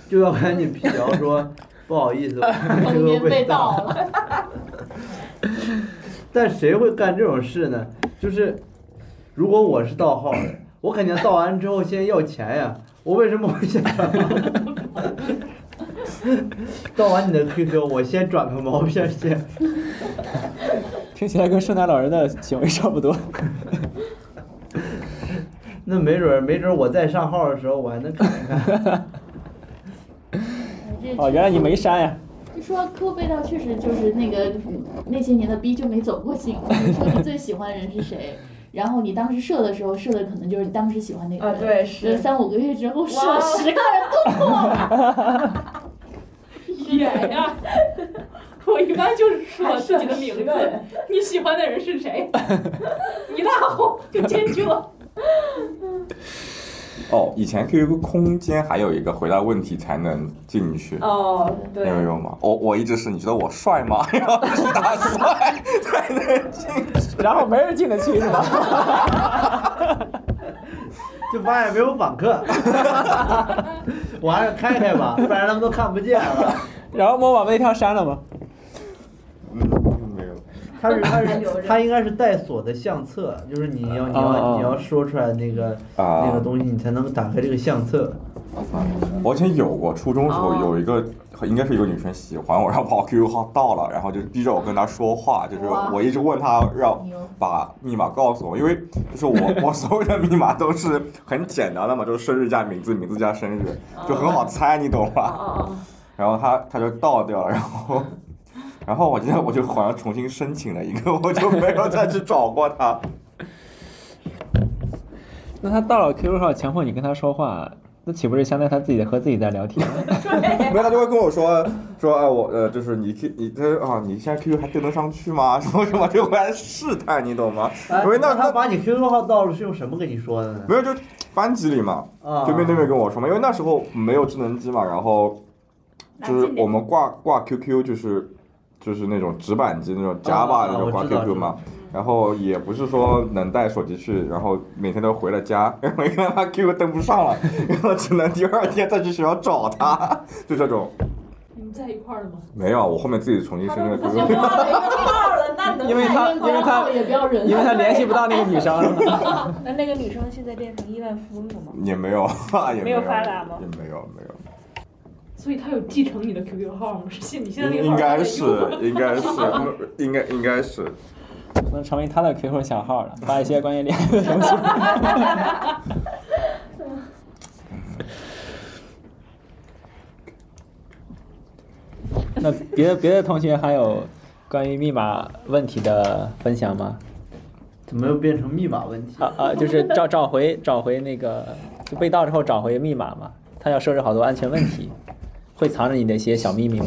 Speaker 2: 就要赶紧辟谣说不好意思，我这个呃被盗了。但谁会干这种事呢？就是如果我是盗号的，我肯定盗完之后先要钱呀，我为什么会先转毛？ <laughs> 盗完你的 QQ，我先转个毛片先。
Speaker 1: 听起来跟圣诞老人的行为差不多。
Speaker 2: 那没准儿，没准儿我再上号的时候，我还能看一看。
Speaker 1: 哦，原来你没删呀？
Speaker 4: 说 Q 被盗确实就是那个嗯那些年的逼就没走过心。你说你最喜欢的人是谁？然后你当时射的时候射的可能就是你当时喜欢那个
Speaker 3: 啊，
Speaker 4: 人。
Speaker 3: 对，
Speaker 4: 呃
Speaker 3: 是
Speaker 4: 三五个月之后射
Speaker 3: 哇
Speaker 4: 十
Speaker 1: <laughs>
Speaker 4: 个人都错了。
Speaker 7: 演呀！ <laughs> 我一般就是说
Speaker 3: 还
Speaker 7: 自己
Speaker 3: 剩
Speaker 7: 的名
Speaker 3: 十
Speaker 7: 字
Speaker 3: 个人，
Speaker 7: 你喜欢的人是谁？ <laughs> 一大红就进去了。
Speaker 5: 哦，以前 QQ 空间还有一个回答问题才能进去，
Speaker 3: 哦，
Speaker 5: 你
Speaker 3: 对，
Speaker 5: 有用吗？我我一直是你觉得我帅 <laughs> 吗？然后是打帅才能进去。
Speaker 1: <laughs> 然后没人进得去是吧？
Speaker 2: 就发现没有访客， <laughs> 我还是开开吧，不然他们都看不见了。
Speaker 1: 然后某宝那条删了吗？
Speaker 5: 嗯，没有。
Speaker 2: 他是他
Speaker 3: 还
Speaker 2: 是
Speaker 3: 留着
Speaker 2: 他应该是带锁的相册，就是你要你
Speaker 1: 哦
Speaker 2: 要
Speaker 1: 哦
Speaker 2: 你要说出来那个
Speaker 5: 啊
Speaker 2: 那个东西，你才能打开这个相册。
Speaker 5: 我以前有过，初中时候有一个，应该是有个女生喜欢我，然后把我 QQ 号盗了，然后就是逼着我跟她说话，就是
Speaker 4: 哇
Speaker 5: 我一直问她让
Speaker 4: 牛
Speaker 5: 把密码告诉我，因为就是我我所有的密码都是很简单的嘛，就是生日加名字，名字加生日，就很好猜，你
Speaker 7: 嗯
Speaker 5: 懂
Speaker 3: 哦
Speaker 5: 吧？然后她她就盗掉了，然后。然后我记得我就好像重新申请了一个，我就没有再去找过她。
Speaker 1: 那他到了 QQ 号强迫你跟他说话，那岂不是相当于他自己和自己在聊天？
Speaker 5: 没有，他就会跟我说说，哎，我呃，就是你 Q 你他说啊，你现在 QQ 还登得上去吗？ <laughs> 什么什么，就会来试探，你懂吗？
Speaker 2: 哎
Speaker 5: 不是，那
Speaker 2: 他
Speaker 5: 他
Speaker 2: 把你 QQ 号盗了是用什么跟你说的呢？
Speaker 5: 没有，就班级里嘛，
Speaker 2: 啊，
Speaker 5: 就面对面跟我说嘛，因为那时候没有智能机嘛，然后就是我们挂挂 QQ 就是就是那种直板机那种 Java
Speaker 2: 啊
Speaker 5: 那种挂
Speaker 2: 我知道
Speaker 5: QQ 嘛。然后也不是说能带手机去，然后每天都回了家， <laughs> 然后一看他 QQ 登不上了， <laughs> 然后只能第二天再去学校找他， <laughs> 就这种。
Speaker 7: 你们在一块儿了吗？
Speaker 5: 没有，我后面自己重新申了
Speaker 3: 自
Speaker 5: QQ
Speaker 3: 己。挂了一个号了，那能
Speaker 1: 因为他因为他
Speaker 4: 也不要人
Speaker 1: 因为他联系不到那个女生。
Speaker 9: 那那个女生现在变成亿万富翁了吗？
Speaker 5: 也没有，也
Speaker 9: 没有发达吗
Speaker 5: 也没有，没有，
Speaker 7: 所以他有继承你的 QQ 号吗？是你现在那
Speaker 5: 应
Speaker 7: 个
Speaker 5: 应
Speaker 7: 号还
Speaker 5: 该
Speaker 7: 在
Speaker 5: 是
Speaker 7: 用，
Speaker 5: 应该是，应该应该是。
Speaker 1: 能成为他的 QQ 小号了，发一些关于恋爱的东西。那别的别的同学还有关于密码问题的分享吗？
Speaker 2: 怎么又变成密码问题？
Speaker 1: 啊啊，就是找找回找回那个就被盗之后找回密码嘛，他要设置好多安全问题，会藏着你的一些小秘密吗？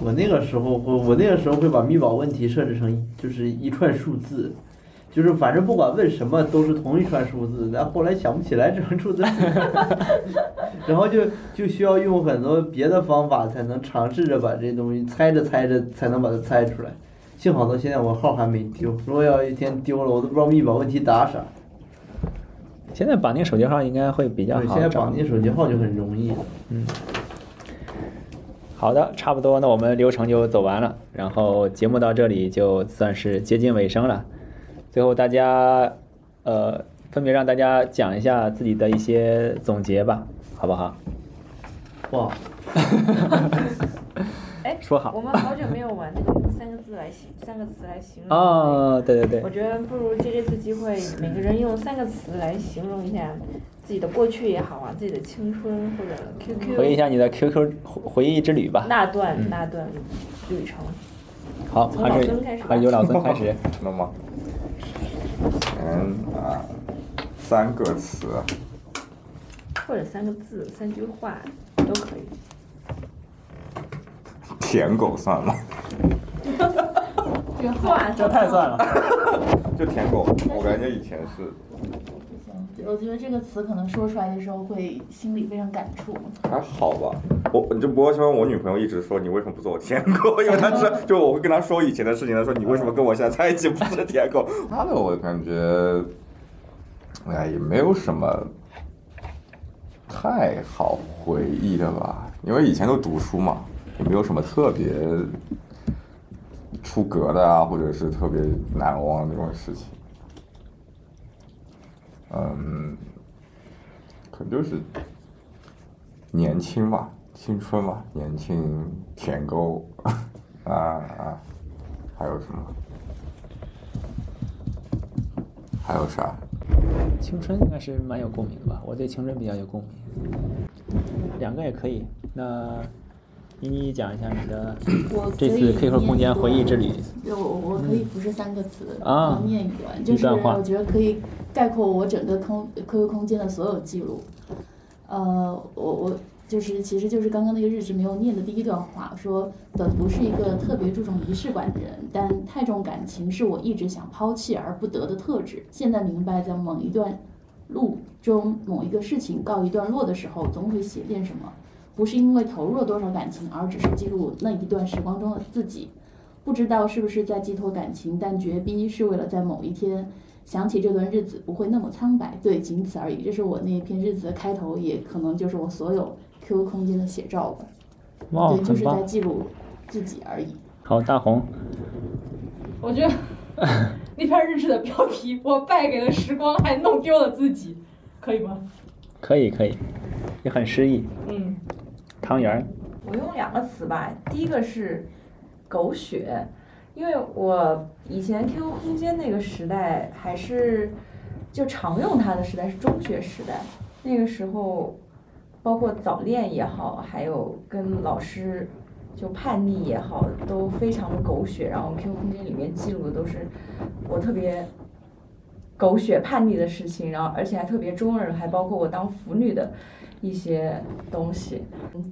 Speaker 2: 我那个时候会，我那个时候会把密保问题设置成就是一串数字，就是反正不管问什么都是同一串数字，但后来想不起来这串数字是什么， <laughs> 然后就就需要用很多别的方法才能尝试着把这东西猜着猜着才能把它猜出来。幸好到现在我号还没丢，如果要一天丢了，我都不知道密保问题打啥。
Speaker 1: 现在绑定手机号应该会比较
Speaker 2: 对，
Speaker 1: 好
Speaker 2: 现在
Speaker 1: 找
Speaker 2: 绑定手机号就很容易了。
Speaker 1: 好的，差不多，那我们流程就走完了，然后节目到这里就算是接近尾声了。最后大家，呃，分别让大家讲一下自己的一些总结吧，好不好？
Speaker 2: 哇，
Speaker 9: 哎，
Speaker 1: 说好
Speaker 9: 我们好久没有玩那个用三个字来形三个词来形容。
Speaker 1: 哦，对对对
Speaker 9: 我，觉得不如借这次机会，每个人用三个词来形容一下自己的过去也好啊，自己的青春或者
Speaker 1: 回忆
Speaker 9: QQ
Speaker 1: 一下你的 QQ 回回忆之旅吧。
Speaker 9: 那段、
Speaker 1: 嗯
Speaker 9: 那段旅程。
Speaker 1: 好，啊
Speaker 9: 从
Speaker 1: 还
Speaker 9: 老
Speaker 1: 是
Speaker 9: 孙开始吧
Speaker 1: 还是由老孙开始。
Speaker 5: 那么，啊、三个词，
Speaker 3: 或者三个字、三句话都可以。
Speaker 5: 舔狗算吗？
Speaker 4: 这话
Speaker 8: 哇，
Speaker 1: 这太算了。
Speaker 5: 就舔狗，我感觉以前是
Speaker 4: 不行，我觉得这个词可能说出来的时候会心里非常感触。
Speaker 5: 还好吧。我你就不过像我女朋友一直说你为什么不做我舔狗， <laughs> 因为她知道，就我会跟她说以前的事情，她说你为什么跟我现在在一起不是舔 <laughs> 狗？她的我感觉，哎，也没有什么太好回忆的吧，因为以前都读书嘛，也没有什么特别出格的啊，或者是特别难忘的那种事情。嗯，可能就是年轻嘛，青春嘛，年轻舔狗 <laughs> 啊啊，还有什么？还有啥？
Speaker 1: 青春应该是蛮有共鸣的吧？我对青春比较有共鸣，两个也可以。那一一讲一下你的
Speaker 4: 我可
Speaker 1: 这
Speaker 4: 以
Speaker 1: 次 QQ
Speaker 4: 念
Speaker 1: 空间
Speaker 4: 一
Speaker 1: 回忆
Speaker 4: 段
Speaker 1: 之旅，
Speaker 4: 对我我可以不是三个词，
Speaker 1: 嗯啊
Speaker 4: 我念一段，就
Speaker 1: 一
Speaker 4: 是
Speaker 1: 段话
Speaker 4: 我觉得可以概括我整个空 QQ 空间的所有记录。呃，我我就是其实就是刚刚那个日志没有念的第一段话，说本不是一个特别注重仪式感的人，但太重感情是我一直想抛弃而不得的特质。现在明白，在某一段路中某一个事情告一段落的时候，总会写点什么。不是因为投入了多少感情，而只是记录那一段时光中的自己。不知道是不是在寄托感情，但绝逼是为了在某一天想起这段日子不会那么苍白。对，仅此而已。这是我那一篇日子的开头，也可能就是我所有 QQ 空间的写照吧。
Speaker 1: 哇，
Speaker 4: 对，就
Speaker 1: 很
Speaker 4: 是在
Speaker 1: 棒！
Speaker 4: 记录自己而已。
Speaker 1: 好，大红，
Speaker 7: 我觉得那篇日志的标题，我败给了时光，还弄丢了自己，可以吗？
Speaker 1: 可以可以，也很诗意。
Speaker 7: 嗯，
Speaker 1: 汤圆儿，
Speaker 8: 我用两个词吧，第一个是狗血，因为我以前 QQ 空间那个时代还是就常用它的时代是中学时代，那个时候包括早恋也好，还有跟老师就叛逆也好，都非常的狗血。然后 QQ 空间里面记录的都是我特别狗血叛逆的事情，然后而且还特别中二，还包括我当腐女的一些东西。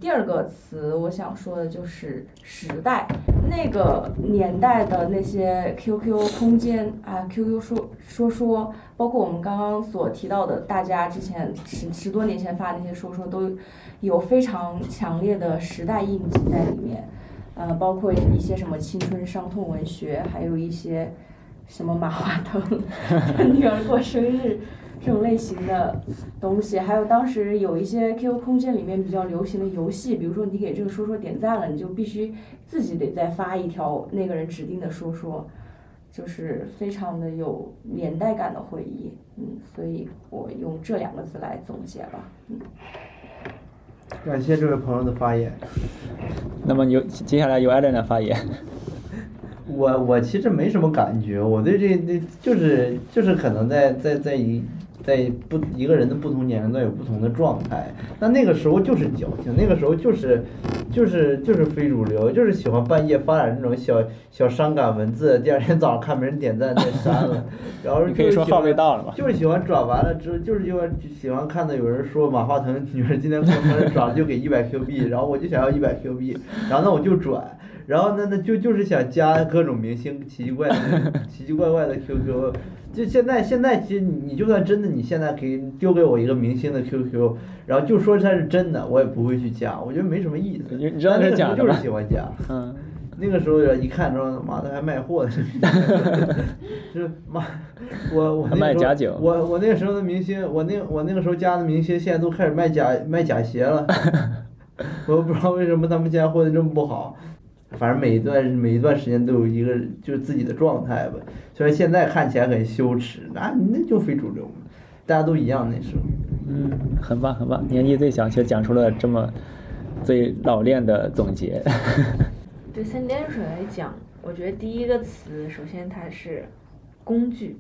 Speaker 8: 第二个词，我想说的就是时代，那个年代的那些 QQ 空间啊，QQ 说说说，包括我们刚刚所提到的，大家之前十十多年前发的那些说说，都有非常强烈的时代印记在里面。呃，包括一些什么青春伤痛文学，还有一些什么马化腾 <laughs> 女儿过生日这种类型的东西，还有当时有一些 QQ 空间里面比较流行的游戏，比如说你给这个说说点赞了，你就必须自己得再发一条那个人指定的说说，就是非常的有年代感的回忆，嗯，所以我用这两个字来总结吧。
Speaker 2: 感谢这位朋友的发言。
Speaker 1: 那么由接下来由艾伦来发言。
Speaker 2: 我我其实没什么感觉，我对这这就是就是可能在在在一在不一个人的不同年龄段有不同的状态。那那个时候就是矫情，那个时候就是就是就是非主流，就是喜欢半夜发点那种小小伤感文字，第二天早上看别人点赞再
Speaker 1: <laughs>
Speaker 2: 删了，然后
Speaker 1: 你可
Speaker 2: 就
Speaker 1: 以
Speaker 2: 是
Speaker 1: 说
Speaker 2: 喜欢
Speaker 1: 号被盗了吧？
Speaker 2: 就是喜欢转完了之后，就是喜欢喜欢看到有人说马化腾女儿今天过生日转了
Speaker 1: <laughs>
Speaker 2: 就给一百 Q 币，然后我就想要一百 Q 币，然后那我就转，然后那那就就是想加各种明星奇奇怪的奇奇怪怪的
Speaker 1: <laughs>
Speaker 2: QQ，就现在现在其实你就算真的你现在给丢给我一个明星的 QQ，然后就说它是真的，我也不会去加，我觉得没什么意思。
Speaker 1: 你你知道那
Speaker 2: 但
Speaker 1: 是
Speaker 2: 那个时
Speaker 1: 假
Speaker 2: 候
Speaker 1: 的
Speaker 2: 就是
Speaker 1: 吧？
Speaker 2: 喜欢加。
Speaker 1: 嗯，
Speaker 2: 那个时候一看，然后妈的还卖货呢， <laughs> 就是妈，我我
Speaker 1: 还
Speaker 2: 那
Speaker 1: 卖
Speaker 2: 个时候
Speaker 1: 假酒
Speaker 2: 我我那个时候的明星，我那我那个时候加的明星，现在都开始卖假卖假鞋了，
Speaker 1: <laughs>
Speaker 2: 我不知道为什么他们现在混的这么不好。反正每一段每一段时间都有一个就是自己的状态吧，虽然现在看起来很羞耻，那那就非主流嘛，大家都一样那时候。
Speaker 1: 嗯，很棒很棒，年纪最小却讲出了这么最老练的总结。
Speaker 3: 对三点水来讲，我觉得第一个词，首先它是工具，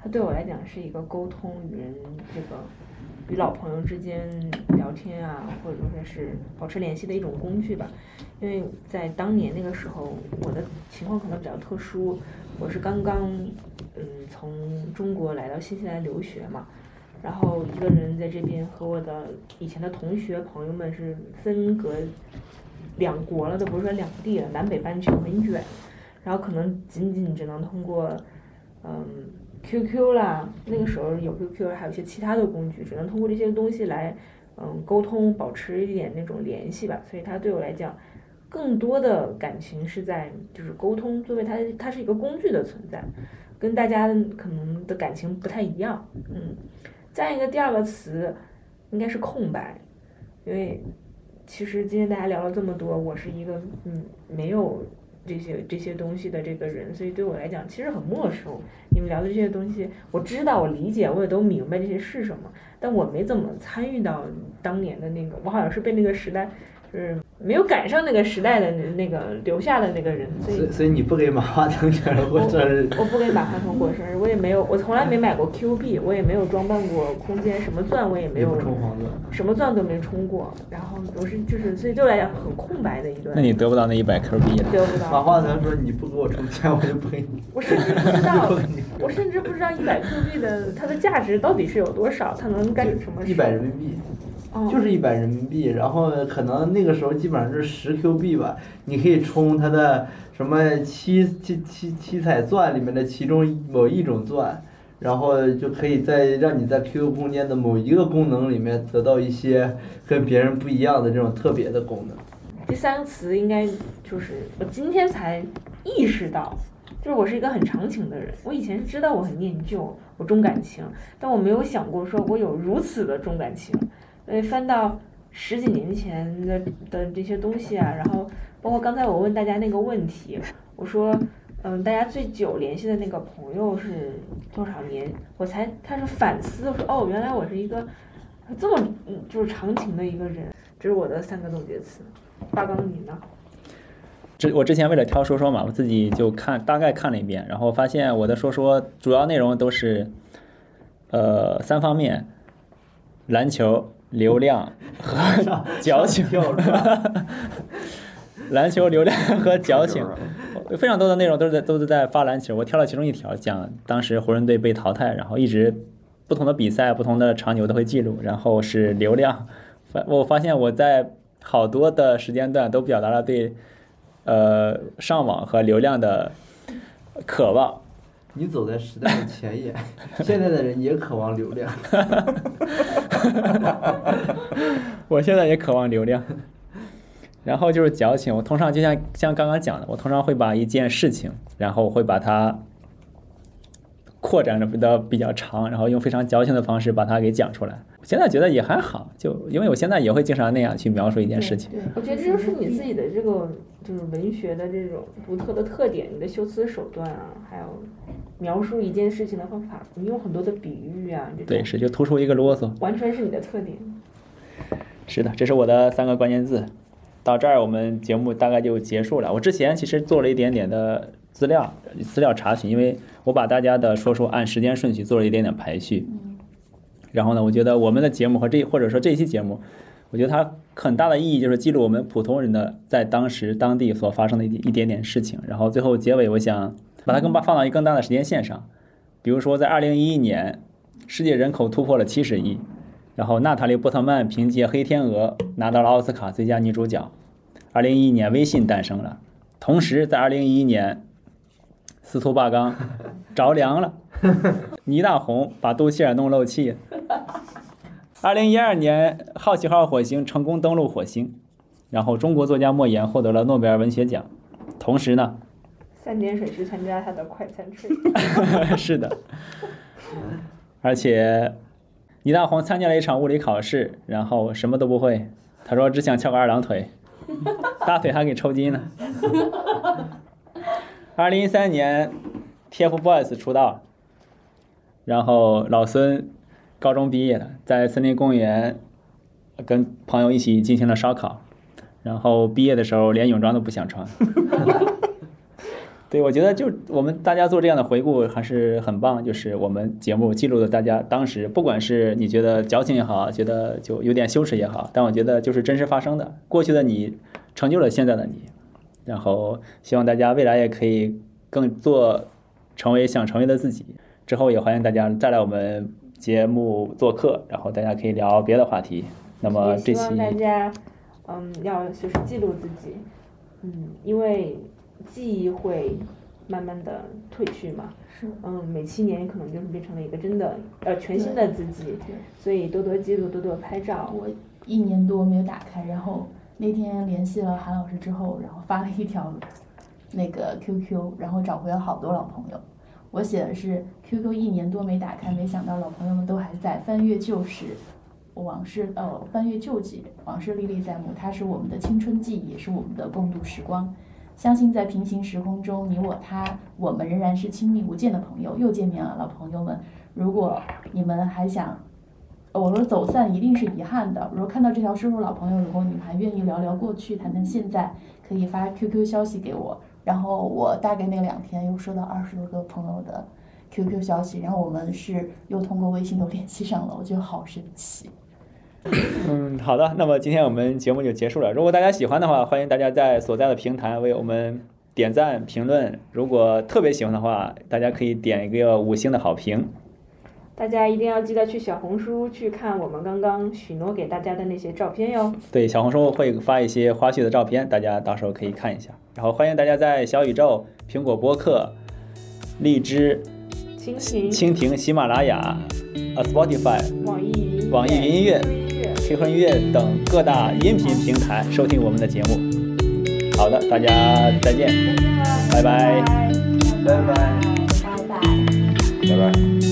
Speaker 3: 它对我来讲是一个沟通与人这个
Speaker 8: 与老朋友之间聊天啊，或者说是保持联系的一种工具吧。因为在当年那个时候，我的情况可能比较特殊，我是刚刚嗯从中国来到新西兰留学嘛，然后一个人在这边和我的以前的同学朋友们是分隔两国了，都不是说两地了，南北半球很远，然后可能仅仅只能通过嗯 QQ 啦，那个时候有 QQ，还有一些其他的工具，只能通过这些东西来嗯沟通，保持一点那种联系吧。所以它对我来讲，更多的感情是在就是沟通，作为它它是一个工具的存在，跟大家可能的感情不太一样。嗯，再一个第二个词应该是空白，因为其实今天大家聊了这么多，我是一个嗯没有这些这些东西的这个人，所以对我来讲其实很陌生。你们聊的这些东西，我知道，我理解，我也都明白这些是什么，但我没怎么参与到当年的那个，我好像是被那个时代，就是没有赶上那个时代的那个留下的那个人，所以
Speaker 2: 所以所以你不给马化腾讲过生日，
Speaker 8: 我不给马化腾过生日，我也没有，我从来没买过 Q 币，我也没有装扮过空间，什么钻我也
Speaker 2: 也
Speaker 8: 没有
Speaker 2: 不，充黄钻。
Speaker 8: 什么钻都没充过，然后我是就是，所以对我来讲很空白的一段
Speaker 1: <laughs> 那，你得不到那一百 Q 币了。
Speaker 8: 得不
Speaker 2: 马
Speaker 8: 到，
Speaker 2: 化腾说你不给我充钱，我就不给你。
Speaker 8: 我甚至不知道
Speaker 2: 不给你。
Speaker 8: 我甚至不知道一百 Q 币的它的价值到底是有多少，它能干什么事？
Speaker 2: 一百人民币，
Speaker 8: 哦，
Speaker 2: 就是一百人民币。然后可能那个时候基本上是十 Q 币吧，你可以充它的什么七七七七彩钻里面的其中某一种钻，然后就可以在让你在 QQ 空间的某一个功能里面得到一些跟别人不一样的这种特别的功能。
Speaker 8: 第三个词应该就是我今天才意识到，就是我是一个很长情的人。我以前知道我很念旧，我重感情，但我没有想过说我有如此的重感情。呃，翻到十几年前的的这些东西啊，然后包括刚才我问大家那个问题，我说，嗯，大家最久联系的那个朋友是多少年？我才开始反思，我说哦，原来我是一个这么嗯就是长情的一个人。这是我的三个总结词。大纲你呢？
Speaker 1: 之我之前为了挑说说嘛，我自己就看大概看了一遍，然后发现我的说说主要内容都是，呃，三方面：篮球、流量和矫情。
Speaker 2: <laughs> 跳转，
Speaker 1: 篮球、流量和矫情
Speaker 5: 就是，
Speaker 1: 非常多的内容都是在都是在发篮球。我挑了其中一条，讲当时湖人队被淘汰，然后一直不同的比赛、不同的场景我都会记录。然后是流量，发我发现我在好多的时间段都表达了对呃上网和流量的渴望。
Speaker 2: 你走在时代的前沿，现在的人也渴望流量。
Speaker 1: 我现在也渴望流量。 <laughs> 然后就是矫情，我通常就像像刚刚讲的，我通常会把一件事情，然后我会把它扩展的比较比较长，然后用非常矫情的方式把它给讲出来。我现在觉得也还好，就因为我现在也会经常那样去描述一件事情。
Speaker 4: 对，
Speaker 8: 我觉得这就是你自己的这个就是文学的这种独特的特点，你的修辞手段啊，还有描述一件事情的方法，你用很多的比喻啊，这
Speaker 1: 对，
Speaker 8: 种
Speaker 1: 是就突出一个啰嗦。
Speaker 8: 完全是你的特点。
Speaker 1: 是的，这是我的三个关键字。到这儿，我们节目大概就结束了。我之前其实做了一点点的资料资料查询，因为我把大家的说说按时间顺序做了一点点排序。然后呢，我觉得我们的节目和这或者说这一期节目，我觉得它很大的意义就是记录我们普通人的在当时当地所发生的一一点点事情。然后最后结尾，我想把它更大放到一个更大的时间线上，比如说在二零一一年，世界人口突破了七十亿。然后娜塔莉波特曼凭借《黑天鹅》拿到了奥斯卡最佳女主角。二零一一年，微信诞生了，同时在二零一一年，司徒霸刚着凉了，倪大红把肚脐眼弄漏气。二零一二年，好奇号火星成功登陆火星，然后中国作家莫言获得了诺贝尔文学奖。同时呢，
Speaker 8: 三点水去参加他的快餐
Speaker 1: <laughs>
Speaker 8: trip，
Speaker 1: 是的，而且倪大红参加了一场物理考试，然后什么都不会，他说只想翘个二郎腿， <laughs> 大腿还给抽筋了。二零一三年，TFBOYS 出道，然后老孙高中毕业了，在森林公园跟朋友一起进行了烧烤，然后毕业的时候连泳装都不想穿。 <laughs> 对，我觉得就我们大家做这样的回顾还是很棒，就是我们节目记录了大家当时，不管是你觉得矫情也好，觉得就有点羞耻也好，但我觉得就是真实发生的，过去的你成就了现在的你，然后希望大家未来也可以更做成为想成为的自己。之后也欢迎大家再来我们节目做客，然后大家可以聊别的话题。那么
Speaker 8: 也
Speaker 1: 这
Speaker 8: 希
Speaker 1: 期
Speaker 8: 望大家，嗯，要随时记录自己，嗯，因为记忆会慢慢的褪去嘛，
Speaker 4: 是，
Speaker 8: 嗯，每七年可能就是变成了一个真的，呃，全新的自己，所以多多记录，多多拍照，
Speaker 4: 我一年多没有打开，然后那天联系了韩老师之后，然后发了一条那个 <laughs> QQ，然后找回了好多老朋友。我写的是 QQ 一年多没打开，没想到老朋友们都还在，翻阅旧时，往事哦，翻阅旧迹，往事历历在目，它是我们的青春记忆，也是我们的共度时光。相信在平行时空中，你我他，我们仍然是亲密无间的朋友，又见面了，老朋友们。如果你们还想我说走散一定是遗憾的。我说看到这条收入老朋友，如果你们还愿意聊聊过去，谈谈现在，可以发 QQ 消息给我。然后我大概那两天又收到二十多个朋友的 QQ 消息，然后我们是又通过微信都联系上了，我觉得好神奇。
Speaker 1: 嗯，好的，那么今天我们节目就结束了。如果大家喜欢的话，欢迎大家在所在的平台为我们点赞、评论。如果特别喜欢的话，大家可以点一个五星的好评。
Speaker 8: 大家一定要记得去小红书去看我们刚刚许诺给大家的那些照片哟。
Speaker 1: 对，小红书会发一些花絮的照片，大家到时候可以看一下。然后欢迎大家在小宇宙、苹果播客、荔枝、
Speaker 8: 蜻蜓、
Speaker 1: 蜻蜓、喜马拉雅、啊 Spotify、
Speaker 8: 网易云音乐、
Speaker 1: 网易云音乐、
Speaker 8: 音乐
Speaker 1: QQ 音乐等各大音频平台收听我们的节目。好的，大家再见，拜拜
Speaker 2: 拜拜。
Speaker 5: 拜拜。